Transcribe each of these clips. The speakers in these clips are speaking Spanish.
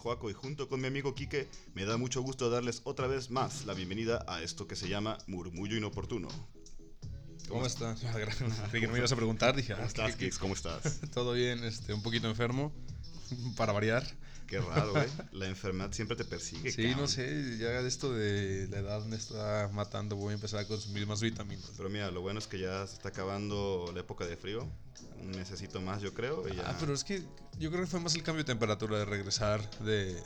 Franco y junto con mi amigo Quique me da mucho gusto darles otra vez más la bienvenida a esto que se llama Murmullo Inoportuno. ¿Cómo estás? Creí que no me ibas a preguntar, dije. ¿Cómo ah, estás, ¿qué- Kix? ¿Cómo estás? qué- Todo bien, este, un poquito enfermo, para variar. Qué raro, güey. La enfermedad siempre te persigue. Sí, cabrón. no sé, ya esto de la edad me está matando, voy a empezar a consumir más vitaminas. Pero mira, lo bueno es que ya se está acabando la época de frío. Un mesecito más, yo creo. Y ya. Ah, pero es que yo creo que fue más el cambio de temperatura de regresar de,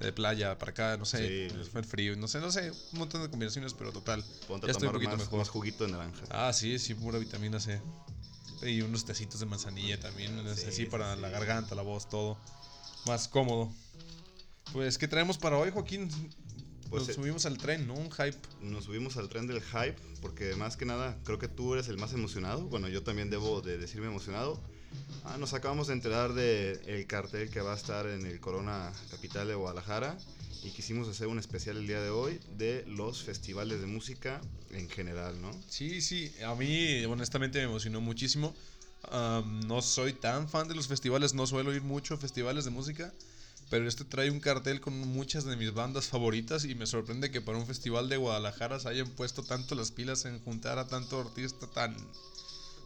de playa para acá, no sé, Sí. fue el frío, no sé, no sé, un montón de combinaciones, pero total. Ponte ya a estoy tomar un poquito más, mejor. más juguito de naranja. Ah, sí, sí, pura vitamina C. Y unos tecitos de manzanilla también, Sí, así sí, para sí. la garganta, la voz, todo. Más cómodo. Pues, ¿qué traemos para hoy, Joaquín? Pues, Nos eh, subimos al tren, ¿no? Un hype. nos subimos al tren del hype porque más que nada creo que tú eres el más emocionado. Bueno, yo también debo de decirme emocionado. Ah, nos acabamos de enterar del el cartel que va a estar en el Corona Capital de Guadalajara y quisimos hacer un especial el día de hoy de los festivales de música en general, ¿no? Sí, sí, a mí honestamente me emocionó muchísimo. Am, no soy tan fan de los festivales, no suelo ir mucho a festivales de música, pero este trae un cartel con muchas de mis bandas favoritas y me sorprende que para un festival de Guadalajara se hayan puesto tanto las pilas en juntar a tanto artista tan...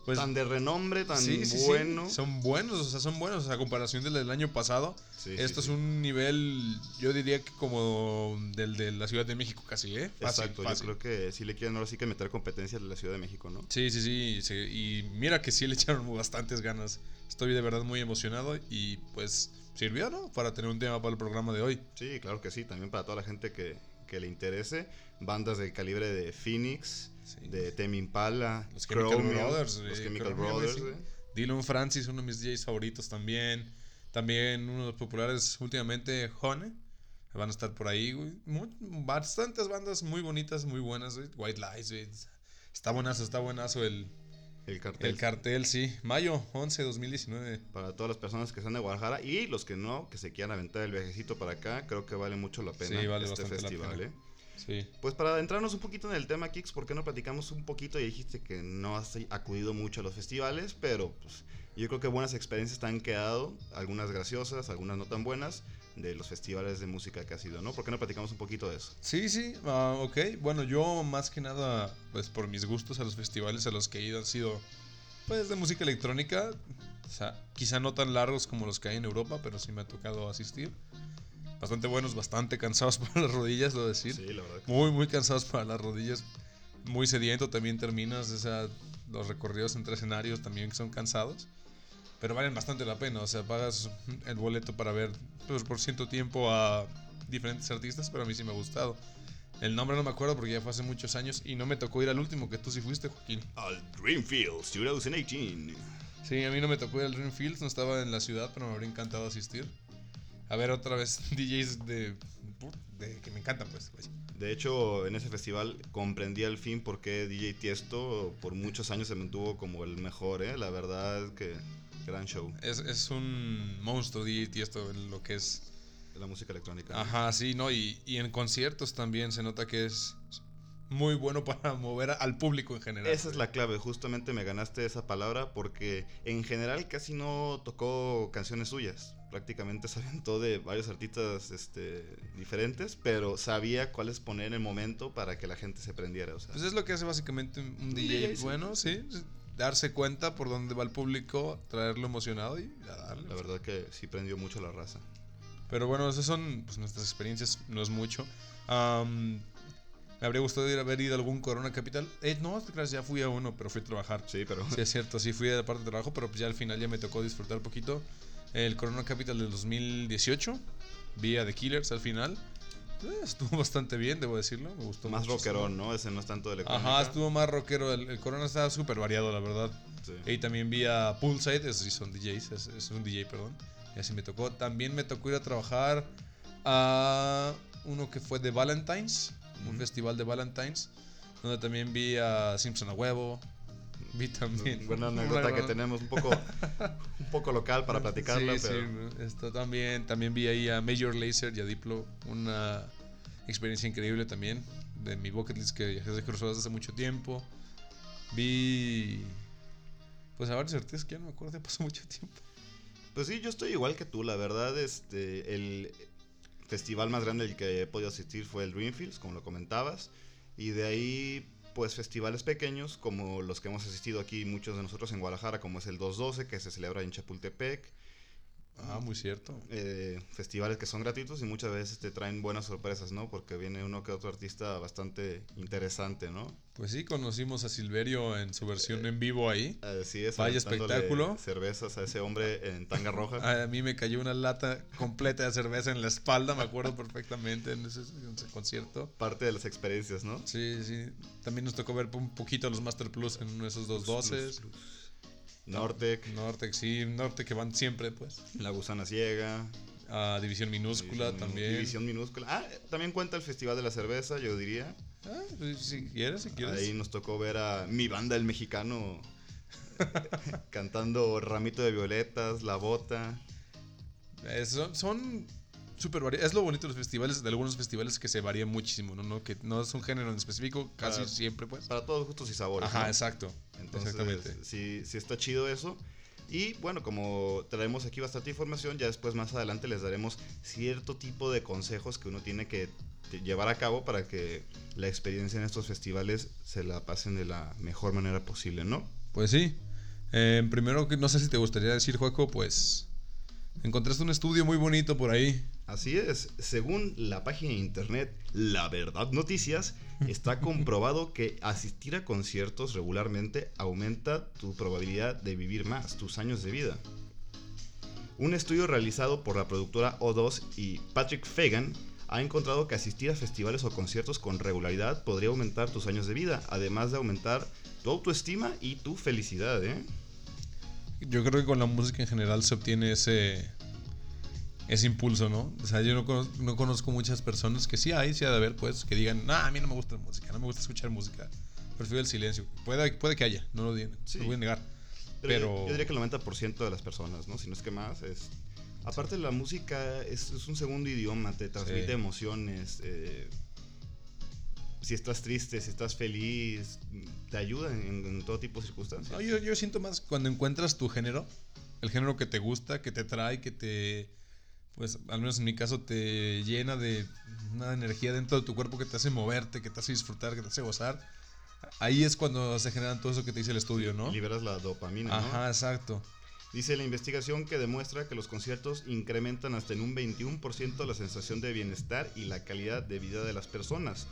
Pues, tan de renombre, tan sí, sí, sí, bueno. Son buenos, o sea, son buenos. O sea, a comparación del del año pasado, Sí, esto sí, es un nivel, yo diría que como del de la Ciudad de México casi, ¿eh? Fácil, Exacto, fácil. yo creo que sí le quieren ahora sí que meter competencias de la Ciudad de México, ¿no? Sí, sí, sí, sí, Y mira que sí le echaron bastantes ganas. Estoy de verdad muy emocionado y pues sirvió, ¿no? Para tener un tema para el programa de hoy. Sí, claro que sí, también para toda la gente que, que le interese, bandas del calibre de Phoenix, Sí. de Tame Impala, Los Chemical Chromium, Brothers, los eh, Chemical Chromium, Brothers, sí. güey. Dylan Francis, uno de mis DJs favoritos también. También uno de los populares últimamente, Hone. Van a estar por ahí, güey. Mu- bastantes bandas muy bonitas, muy buenas, güey. White Lies, güey. Está buenazo, está buenazo el, el cartel. el cartel, sí. Mayo 11, 2019. para todas las personas que están de Guadalajara y los que no, que se quieran aventar el viajecito para acá, creo que vale mucho la pena Sí, vale este bastante la festival. pena. ¿eh? Sí. Pues para adentrarnos un poquito en el tema, Kix, ¿por qué no platicamos un poquito? Ya dijiste que no has acudido mucho a los festivales, pero pues, yo creo que buenas experiencias te han quedado, algunas graciosas, algunas no tan buenas, de los festivales de música que has ido, ¿no? ¿Por qué no platicamos un poquito de eso? Sí, sí, ah, ok. Bueno, yo más que nada, pues por mis gustos a los festivales a los que he ido han sido, pues de música electrónica. O sea, quizá no tan largos como los que hay en Europa, pero sí me ha tocado asistir. Bastante buenos, bastante cansados para las rodillas, lo decir. la verdad. Muy, muy cansados para las rodillas. Muy sediento también terminas, o sea, los recorridos entre escenarios también que son cansados. Pero valen bastante la pena, o sea, pagas el boleto para ver pues, por cierto tiempo a diferentes artistas, pero a mí sí me ha gustado. El nombre no me acuerdo porque ya fue hace muchos años y no me tocó ir al último, que tú sí fuiste, Joaquín. Al Dreamfields 2018. Sí, a mí no me tocó ir al Dream Fields, no estaba en la ciudad, pero me habría encantado asistir. A ver otra vez DJs de, de que me encantan, pues. vaya. De hecho, en ese festival comprendí al fin por qué DJ Tiesto por muchos años se mantuvo como el mejor, ¿eh? La verdad es que gran show Es, es un monstruo E DJ Tiesto en lo que es. de la música electrónica. Ajá, sí, ¿no? Y, y en conciertos también se nota que es muy bueno para mover al público en general. Esa es la clave, justamente me ganaste esa palabra porque en general casi no tocó canciones suyas. Prácticamente se aventó de varios artistas este, diferentes, pero sabía cuáles poner en el momento para que la gente se prendiera. O sea, Pues es lo que hace básicamente un un DJ, DJ, sí. bueno, sí. Darse cuenta por dónde va el público, traerlo emocionado y a darle. la verdad que sí prendió mucho la raza. Pero bueno, esas son pues, nuestras experiencias, no es mucho. Am, me habría gustado ir a haber ido a algún Corona Capital. Eh, no, claro, ya fui a uno, pero fui a trabajar. Sí, pero Sí, es cierto, sí fui a la parte de trabajo, pero pues ya al final ya me tocó disfrutar poquito. El Corona Capital del 2018, vía The Killers al final. Eh, estuvo bastante bien, debo decirlo, me gustó más muchísimo. rockerón, ¿no? Ese no es tanto de electrónica. Ajá, estuvo más rockero. El, el Corona estaba súper variado, la verdad. Sí. Y también vía Poolside, esos sí son DJs, es, es un DJ, perdón. Y así me tocó. También me tocó ir a trabajar a uno que fue de Valentine's, un Ujú. festival de Valentine's, donde también vi a Simpson a huevo. Vi también. Buena una anécdota que gran- tenemos un poco, un poco local para platicarla, Sí, pero sí, está también, también vi ahí a Major Lazer y a Diplo, una experiencia increíble también, de mi bucket list que viajé de cruzadas hace mucho tiempo. Vi, pues a varios artistas que ya no me acuerdo, ya pasó mucho tiempo. Pues sí, yo estoy igual que tú, la verdad, este, el, festival más grande al que he podido asistir fue el Dreamfields, como lo comentabas. Y de ahí, pues festivales pequeños, como los que hemos asistido aquí muchos de nosotros en Guadalajara, como es el 212, que se celebra en Chapultepec. Ah, muy cierto. Eh, festivales que son gratuitos y muchas veces te traen buenas sorpresas, ¿no? Porque viene uno que otro artista bastante interesante, ¿no? Pues sí, conocimos a Silverio en su versión en vivo ahí. Así es. Vaya aventándole espectáculo. Ah. Cervezas a ese hombre en tanga roja. A mí me cayó una lata completa de cerveza en la espalda, me acuerdo perfectamente en ese, en ese concierto. Parte de las experiencias, ¿no? Sí, sí. También nos tocó ver un poquito a los Master Plus en uno de esos dos doces. Nortec, Norte, sí, Norte que van siempre, pues. La Gusana Ciega. A División Minúscula División Minú- también. División Minúscula. Ah, también cuenta el Festival de la Cerveza, yo diría. Ah, pues, si quieres, si quieres. Ahí nos tocó ver a mi banda, el mexicano, cantando Ramito de Violetas, La Bota. Eh, son son súper variados. Es lo bonito de los festivales, de algunos festivales que se varían muchísimo, ¿no? no que no es un género en específico, casi Claro. siempre, pues. Para todos gustos y sabores. Ajá, ¿no? exacto. Entonces, Exactamente. sí, sí está chido eso. Y bueno, como traemos aquí bastante información, ya después más adelante les daremos cierto tipo de consejos que uno tiene que te- llevar a cabo para que la experiencia en estos festivales se la pasen de la mejor manera posible, ¿no? Pues sí. Eh, primero, que no sé si te gustaría decir, Juaco, pues. Encontraste un estudio muy bonito por ahí. Así es, según la página de internet La Verdad Noticias, está comprobado que asistir a conciertos regularmente aumenta tu probabilidad de vivir más, tus años de vida. Un estudio realizado por la productora O2 y Patrick Fagan ha encontrado que asistir a festivales o conciertos con regularidad podría aumentar tus años de vida, además de aumentar tu autoestima y tu felicidad, ¿eh? Yo creo que con la música en general se obtiene ese. Ese impulso, ¿no? O sea, yo no conoz- no conozco, muchas personas que sí hay, sí ha de haber, pues, que digan, no, a mí no me gusta la música, no me gusta escuchar música. Prefiero el silencio. Puede, puede que haya, no lo, digo, Sí. lo voy a negar. Pero yo- Pero- yo, diría que el 90% de las personas, ¿no? Si no es que más, es... Aparte la música es, es un segundo idioma, te transmite Sí. emociones. eh, si estás triste, si estás feliz, te ayuda en, en todo tipo de circunstancias. No, yo, yo siento más cuando encuentras tu género, el género que te gusta, que te trae, que te, pues al menos en mi caso, te llena de una energía dentro de tu cuerpo que te hace moverte, que te hace disfrutar, que te hace gozar. Ahí es cuando se generan todo eso que te dice el estudio, ¿no? Liberas la dopamina, ¿no? Ajá, exacto. Dice la investigación que demuestra que los conciertos incrementan hasta en un 21% la sensación de bienestar y la calidad de vida de las personas.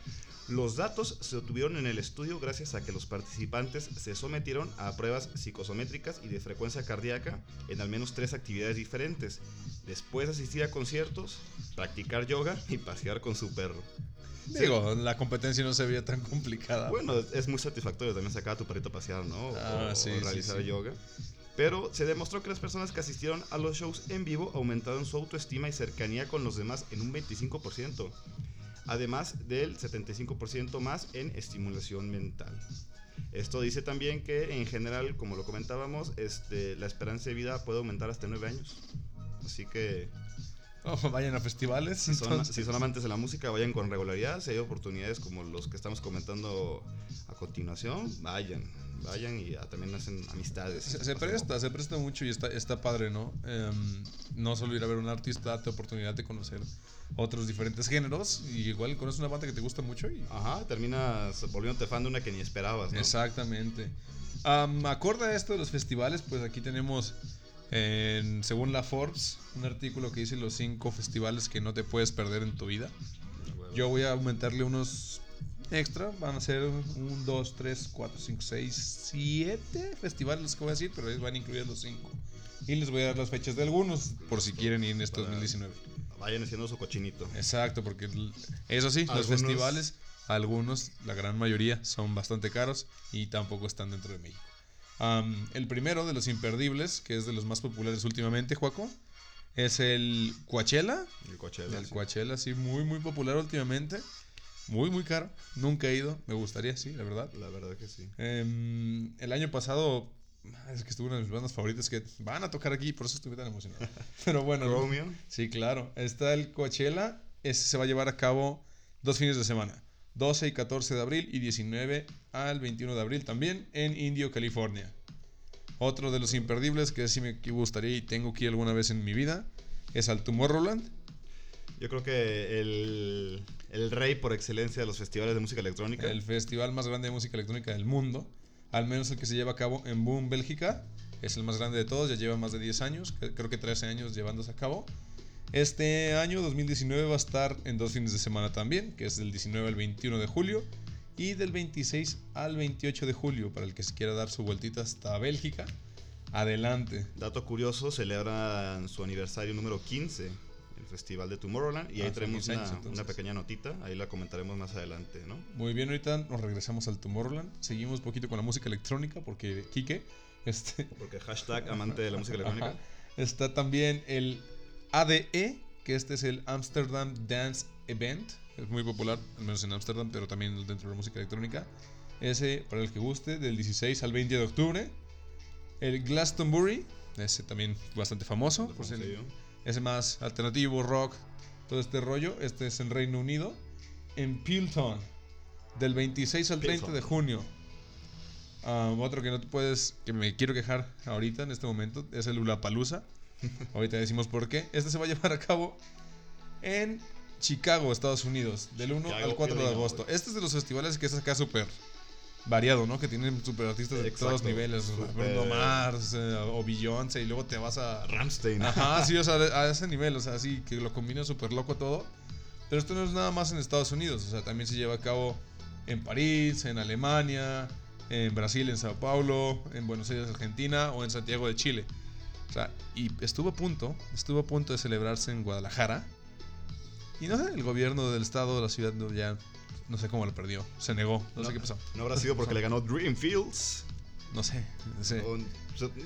Los datos se obtuvieron en el estudio gracias a que los participantes se sometieron a pruebas psicosométricas y de frecuencia cardíaca en al menos tres actividades diferentes. Después asistir a conciertos, practicar yoga y pasear con su perro. Digo, la competencia no se veía tan complicada. Bueno, es- es muy satisfactorio también sacar a tu perrito a pasear, ¿no? O- Ah, o sí, sí, realizar sí. yoga. Pero se demostró que las personas que asistieron a los shows en vivo aumentaron su autoestima y cercanía con los demás en un 25%, además del 75% más en estimulación mental. Esto dice también que en general, como lo comentábamos, este, la esperanza de vida puede aumentar hasta 9 años. Así que Oh, vayan a festivales. si son, entonces. si son amantes de la música, vayan con regularidad. Si hay oportunidades como los que estamos comentando a continuación, vayan. Vayan y ah, también hacen amistades. Se, se Pasen- presta, se presta mucho y está, está padre, ¿no? Em, no solo ir a ver a un artista, date oportunidad de conocer otros diferentes géneros y igual conoces una banda que te gusta mucho y... Ajá, terminas volviéndote fan de una que ni esperabas, Ah, ¿no? Exactamente. Am, acorde a esto de los festivales, pues aquí tenemos, en- según la Forbes, un artículo que dice los cinco festivales que no te puedes perder en tu vida. Yo voy a aumentarle unos extra. Van a ser 1, 2, 3, 4, 5, 6, 7 festivales los que voy a decir, pero ahí van incluidos los 5. Y les voy a dar las fechas de algunos por si quieren ir en este Para- 2019. Vayan haciendo su cochinito. Exacto, porque l- eso sí, los Algunos- festivales, algunos, la gran mayoría, son bastante caros y tampoco están dentro de México. Am, el primero de los imperdibles, que es de los más populares últimamente, Juaco, es el Coachella. El Coachella. El sí. Coachella, sí, muy, muy popular últimamente. Muy, muy caro. Nunca he ido. Me gustaría, sí, la verdad. La verdad que sí. Em, el año pasado, es que estuvo una de mis bandas favoritas que van a tocar aquí, por eso estuve tan emocionado. Pero bueno. Romeo. Sí, claro. Está el Coachella. Ese se va a llevar a cabo dos fines de semana. 12 y 14 de abril y 19 al 21 de abril también en Indio, California. Otro de los imperdibles que sí me gustaría y tengo que ir alguna vez en mi vida es al Tomorrowland. Yo creo que el, el rey por excelencia de los festivales de música electrónica. El festival más grande de música electrónica del mundo, al menos el que se lleva a cabo en Boom, Bélgica, es el más grande de todos, ya lleva más de 10 años, cre- creo que 13 años llevándose a cabo. Este año 2019 va a estar en dos fines de semana también, que es del 19 al 21 de julio y del 26 al 28 de julio, para el que se quiera dar su vueltita hasta Bélgica. Adelante. Dato curioso, celebran su aniversario número 15, el Festival de Tomorrowland, y Ah, ahí son traemos 15 años, una, entonces. una pequeña notita, ahí la comentaremos más adelante, ¿no? Muy bien, ahorita nos regresamos al Tomorrowland. Seguimos poquito con la música electrónica porque Quique este, Porque hashtag amante de la música electrónica. Ajá. Está también el ADE, que este es el Amsterdam Dance Event. Es muy popular, al menos en Amsterdam, pero también dentro de la música electrónica. Ese, para el que guste, del 16 al 20 de octubre. El Glastonbury, ese también bastante famoso. Lo por si- famosillo. ese más alternativo, rock, todo este rollo. Este es en Reino Unido. En Pilton, del 26 al 30 Pilton. de junio. Ah, otro que no te puedes, que me quiero quejar ahorita en este momento, es el Ulapalooza. ahorita decimos por qué. Este se va a llevar a cabo en Chicago, Estados Unidos, del 1 Chicago, al 4 de Illinois. agosto. Este es de los festivales que es acá súper variado, ¿no? Que tienen super artistas de todos Exacto, niveles. o sea, súper- Bruno Mars eh, o Beyoncé y luego te vas a Rammstein. Ajá, sí, o sea, a ese nivel, o sea, sí, que lo combina súper loco todo. Pero esto no es nada más en Estados Unidos, o sea, también se lleva a cabo en París, en Alemania, en Brasil, en Sao Paulo, en Buenos Aires, Argentina o en Santiago de Chile. O sea, y estuvo a punto, estuvo a punto de celebrarse en Guadalajara. Y no sé, el gobierno del estado de la ciudad no- ya, no sé cómo lo perdió, se negó, no, sé qué pasó. No habrá sido porque le ganó Dream Fields. No sé, no sé. O-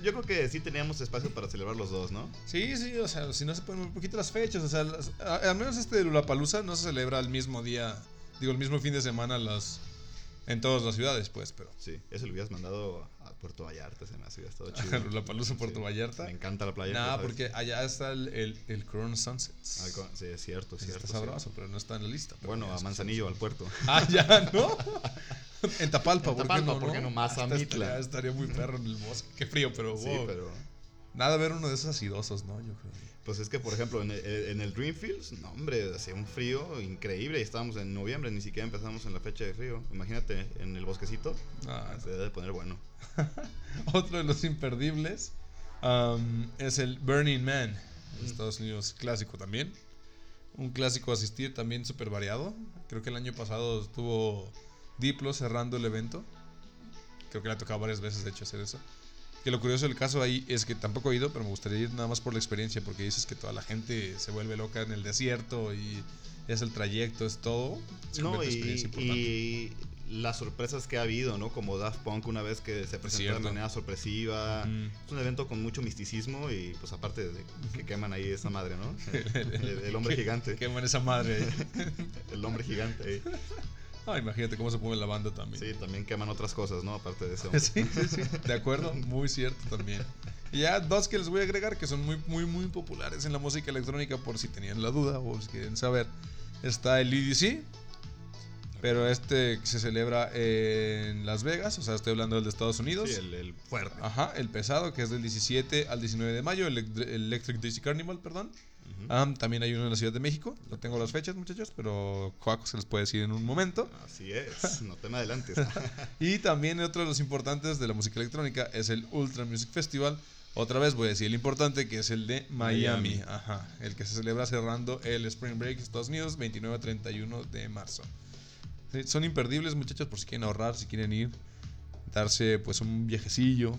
Yo creo que sí teníamos espacio para celebrar los dos, ¿no? Sí, sí, o sea, si no se ponen un poquito las fechas, o sea, las- a- al menos este de Lulapalooza no se celebra el mismo día, digo, el mismo fin de semana las, en todas las ciudades, pues, pero Sí, eso lo hubieras mandado a Puerto Vallarta, se me hubiera estado chido. Lulapalooza, Puerto Sí. Vallarta. Me encanta la playa. Nada, ya sabes. porque allá está el, el, el Corona Sunsets. Al con- Sí, es cierto, es Ese cierto. está sí. sabroso, pero no está en la lista. pero Bueno, ya a es- Manzanillo, al puerto. Ah, ya, ¿no? en Tapalpa, En ¿por qué Tapalpa, no? ¿por qué no? Mazamitla. Hasta Estaría, estaría muy perro en el bosque. Qué frío, pero, Sí, wow. pero. Nada ver uno de esos acidosos, ¿no? Yo creo. Pues es que, por ejemplo, en el, en el Dreamfields, no, hombre, hacía un frío increíble y estábamos en noviembre, ni siquiera empezamos en la fecha de frío. Imagínate, en el bosquecito, Ah, se debe poner bueno. Otro de los imperdibles am, es el Burning Man, de Mm. Estados Unidos, clásico también. Un clásico a asistir también súper variado. Creo que el año pasado estuvo Diplo cerrando el evento. Creo que le ha tocado varias veces, de hecho, hacer eso. Que lo curioso del caso ahí es que tampoco he ido, pero me gustaría ir nada más por la experiencia, porque dices que toda la gente se vuelve loca en el desierto y es el trayecto, es todo. Se No, convierte en y, experiencia importante. y las sorpresas que ha habido, ¿no? Como Daft Punk una vez que se presentó de cierto. manera sorpresiva. Mm. Es un evento con mucho misticismo y, pues, aparte de que queman ahí esa madre, ¿no? El, el hombre gigante. Qué buena esa madre. ahí. El hombre gigante. eh. Ah, imagínate cómo se mueve la banda también. Sí, también queman otras cosas, ¿no? Aparte de ese hombre. Sí, sí, sí. De acuerdo, muy cierto también. Y ya dos que les voy a agregar que son muy, muy, muy populares en la música electrónica por si tenían la duda o si quieren saber. Está el EDC, pero este que se celebra en Las Vegas, o sea, estoy hablando del de Estados Unidos. Sí, el, el fuerte. Ajá, el pesado, que es del 17 al 19 de mayo, el Elect- Electric Daisy Carnival, perdón. Ujú. Ah, también hay uno en la Ciudad de México. No tengo las fechas, muchachos, pero Joaco se les puede decir en un momento. Así es, no te me adelantes. Y también otro de los importantes de la música electrónica es el Ultra Music Festival. Otra vez voy a decir el importante que es el de Miami. Miami. Ajá, el que se celebra cerrando el Spring Break Estados Unidos 29 a 31 de marzo. Sí, son imperdibles muchachos por si quieren ahorrar, si quieren ir, darse pues un viajecillo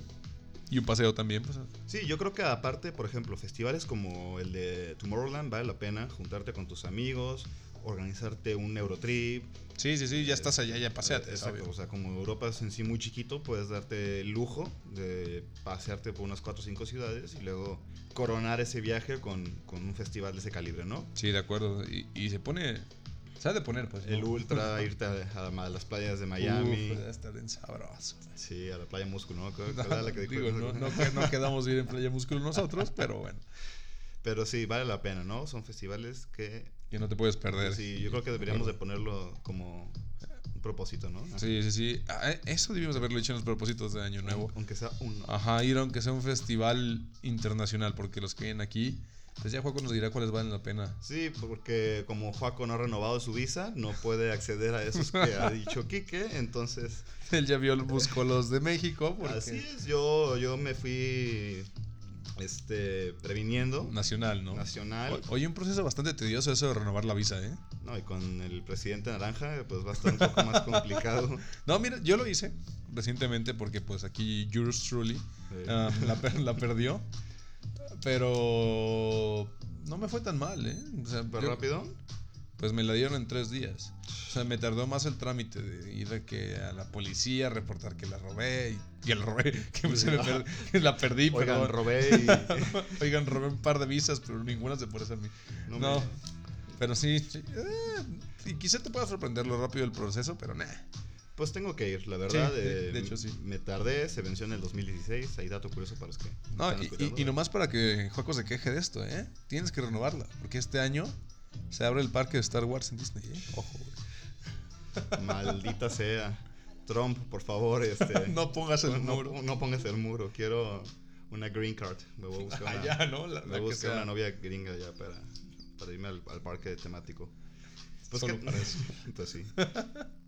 y un paseo también. pues. Sí, yo creo que aparte, por ejemplo, festivales como el de Tomorrowland vale la pena juntarte con tus amigos, organizarte un Eurotrip. eh, Sí, sí, sí, ya estás allá, ya paseate. es Exacto, obvio. o sea, como Europa es en sí muy chiquito, puedes darte el lujo de pasearte por unas 4 o 5 ciudades y luego coronar ese viaje con, con un festival de ese calibre, ¿no? Sí, de acuerdo. Y, y se pone... Se ha de poner pues. El ¿no? ultra, irte a, a las playas de Miami. Uf, debe estar bien sabroso. Sí, a la playa Muscu, ¿no? ¿Cuál- cuál era la que dijo? Digo, no, no que- no quedamos bien en Playa Músculo nosotros, pero bueno, Pero sí, vale la pena, ¿no? Son festivales que que no te puedes perder. Sí, yo creo que deberíamos de ponerlo como un propósito, ¿no? Sí, sí, sí. Ah, eh, Eso debimos haberlo hecho en los propósitos de Año Nuevo. Ah. Aunque sea uno. Ajá, ir aunque sea un festival internacional, porque los que vienen aquí Pues ya Juaco nos dirá cuáles valen la pena. Sí, porque como Juaco no ha renovado su visa, no puede acceder a esos que ha dicho Quique, entonces... Él ya vio, buscó los de México. Porque... Así es, yo, yo me fui este, previniendo. Nacional, ¿no? Nacional. O- Oye, un proceso bastante tedioso eso de renovar la visa, ¿eh? No, y con el presidente naranja, pues va a estar un poco más complicado. No, mira, yo lo hice recientemente porque pues aquí yours truly Eh, ah, la, per- la perdió. Pero no me fue tan mal, ¿eh? O sea, ¿Súper yo- rápido? Pues me la dieron en tres días. O sea, me tardó más el trámite de ir a, que a la policía, reportar que la robé y, que la robé, que, se me per- que la perdí, Oigan, perdón. robé y... Oigan, robé un par de visas, pero ninguna se parece a mí. No, No pero sí. sí, eh, y quizá te pueda sorprender lo rápido del proceso, pero nada. Pues tengo que ir, la verdad. Sí, de- eh, de hecho, sí. Me tardé, se venció en el 2016. Hay dato curioso para los que. No, están y- y, escuchando. y nomás para que Juaco se queje de esto, ¿eh? Tienes que renovarla, porque este año se abre el parque de Star Wars en Disney, ¿eh? Ojo, güey. Maldita sea. Trump, por favor, este. No pongas el no- muro. no pongas el muro. Quiero una green card. Me voy a buscar una, Allá, ¿no? Ah, La, me la voy a que buscar sea. una novia gringa ya para, para irme al, al parque temático. Pues, Solo ¿qué- para eso. pues sí.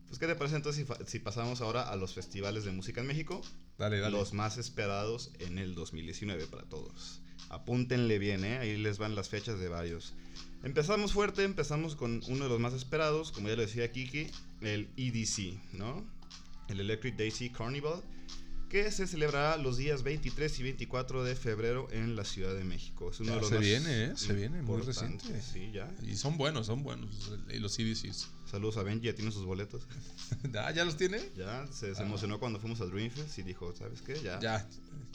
Pues, ¿qué te parece entonces si, fa- si pasamos ahora a los festivales de música en México? Dale, dale. los más esperados en el 2019 para todos. Apúntenle bien, ¿eh? ahí les van las fechas de varios. Empezamos fuerte, empezamos con uno de los más esperados, como ya lo decía Kiki, el EDC, ¿no? El Electric Daisy Carnival, que se celebrará los días 23 y 24 de febrero en la Ciudad de México. Es uno Ya de los se más viene, ¿eh? Se viene, muy importantes, reciente. Sí, ya. Y son buenos, son buenos. Y los CDCs. Saludos a Benji, ya tiene sus boletos. ah, ¿ya los tiene? Ya se, se Ah. emocionó cuando fuimos a Dreamfest y dijo, ¿sabes qué? Ya.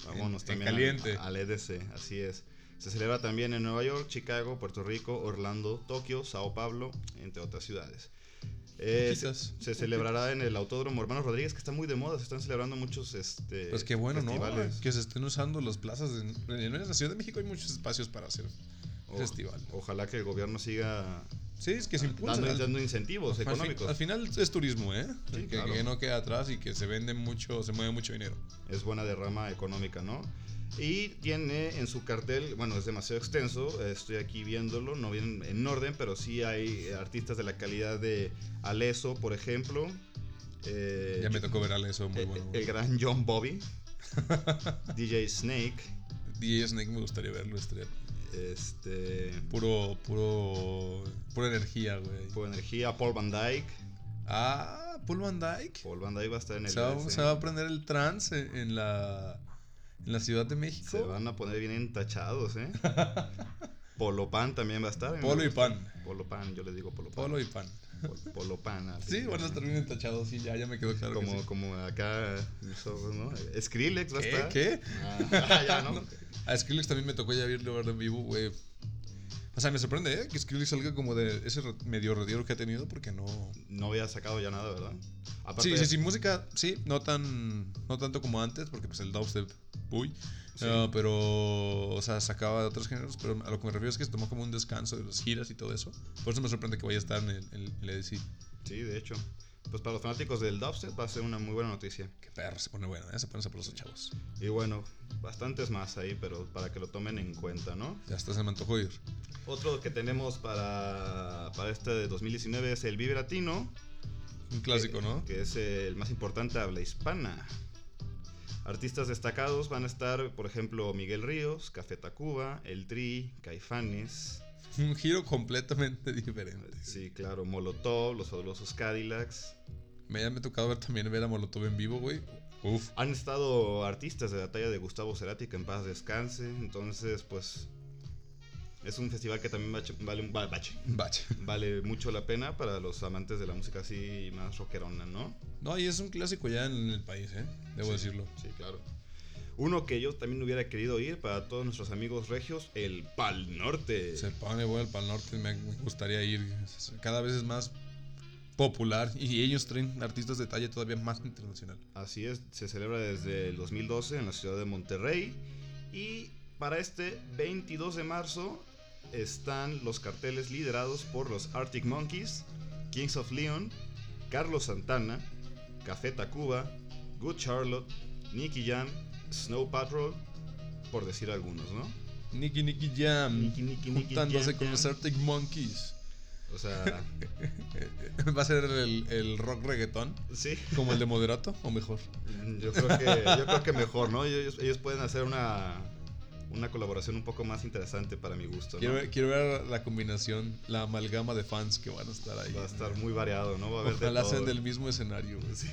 Vámonos En- en también al- caliente. al EDC, así es. Se celebra también en Nueva York, Chicago, Puerto Rico, Orlando, Tokio, Sao Paulo, entre otras ciudades. Eh, se, Poquitas, se celebrará en el Autódromo Hermanos Rodríguez, que está muy de moda, se están celebrando muchos este, Pues qué bueno, festivales. ¿no? Que se estén usando las plazas. En, en la Ciudad de México hay muchos espacios para hacer O- festival. Ojalá que el gobierno siga Sí, es que se impulsan. dando, al- dando incentivos al fin- Ah, económicos. al final es turismo, ¿eh? Sí, que, claro. que no queda atrás y que se vende mucho, se mueve mucho dinero. es buena derrama económica, ¿no? Y tiene en su cartel, bueno, es demasiado extenso, eh, estoy aquí viéndolo, no vienen en orden, pero sí hay eh, artistas de la calidad de Aleso, por ejemplo. eh, ya me yo- tocó ver a eso, muy eh, bueno. eh, güey. El gran John Bobby, DJ Snake, DJ Snake me gustaría verlo, estaría este, puro, puro, pura energía, güey. Puro Energía, Paul Van Dyke. Ah, Paul Van Dyke. Paul Van Dyke va a estar en el. Se va, EDC. se va a aprender el trance en la, en la Ciudad de México. Se van a poner bien entachados, ¿eh? Polo Pan también va a estar. en Polo y el- pan. Polo Pan, yo les digo Polo Pan. Polo y pan. Pol- Polo Pan. así. Sí, van a estar bien tachados, sí, ya, ya me quedó claro. que como, sí. como acá mis ojos, ¿no? Skrillex va a ¿Qué? estar. ¿Qué? Ah, ya, ¿no? A Skrillex también me tocó ya verlo verlo en vivo, güey. O sea, me sorprende, ¿eh? Que Skrillex salga como de ese re- medio rediero que ha tenido porque no... No había sacado ya nada, ¿verdad? Aparte, Sí, sí, sí, música, sí, no tan... No tanto como antes porque pues el dubstep, uy. Sí. Ah, pero, o sea, sacaba de otros géneros, pero a lo que me refiero es que se tomó como un descanso de las giras y todo eso. Por eso me sorprende que vaya a estar en el, en el EDC. sí, de hecho. Pues para los fanáticos del dubstep va a ser una muy buena noticia. Qué perro, se pone buena, ¿eh? Se ponen sabrosos, chavos. Y bueno, bastantes más ahí, pero para que lo tomen en cuenta, ¿no? Ya hasta se me antojó ir. Otro que tenemos para, para este de 2019 es el Vive Latino, Un clásico, que- ¿no? Que es el más importante habla hispana. Artistas destacados van a estar, por ejemplo, Miguel Ríos, Café Tacuba, El Tri, Caifanes, Un giro completamente diferente. Sí, claro, Molotov, los fabulosos Cadillacs. Me, ya me ha tocado ver también ver a Molotov en vivo, güey. Uf. Han estado artistas de la talla de Gustavo Cerati, que en paz descanse. Entonces, pues, es un festival que también bache- vale, un- va- bache. Vaya. vale mucho la pena para los amantes de la música así más rockerona, ¿no? No, y es un clásico ya en el país, ¿eh? Debo Sí, decirlo. Sí, claro. Uno que yo también hubiera querido ir para todos nuestros amigos regios, el Pal Norte. Se pone bueno el Pal Norte, me me gustaría ir. Cada vez es más popular y ellos traen artistas de talla todavía más internacional. Así es, se celebra desde el 2012 en la ciudad de Monterrey. Y para este 22 de marzo están los carteles liderados por los Arctic Monkeys, Kings of Leon, Carlos Santana, Café Tacuba, Good Charlotte, Nicky Jam, Snow Patrol, por decir algunos, ¿no? Nicky Nicky Jam. Nicky Nicky Nicky juntándose Jam con los Jam. Arctic Monkeys. Eh, O sea, ¿Va a ser el, el rock reggaetón? sí. ¿Como el de Moderato o mejor? Yo creo que, yo creo que mejor, ¿no? Ellos, ellos pueden hacer una, una colaboración un poco más interesante para mi gusto. ¿no? Quiero, ver- quiero ver la combinación, la amalgama de fans que van a estar ahí. Va a estar muy variado, ¿no? Va a haber de Ojalá todo. sean del mismo escenario. güey. Sí.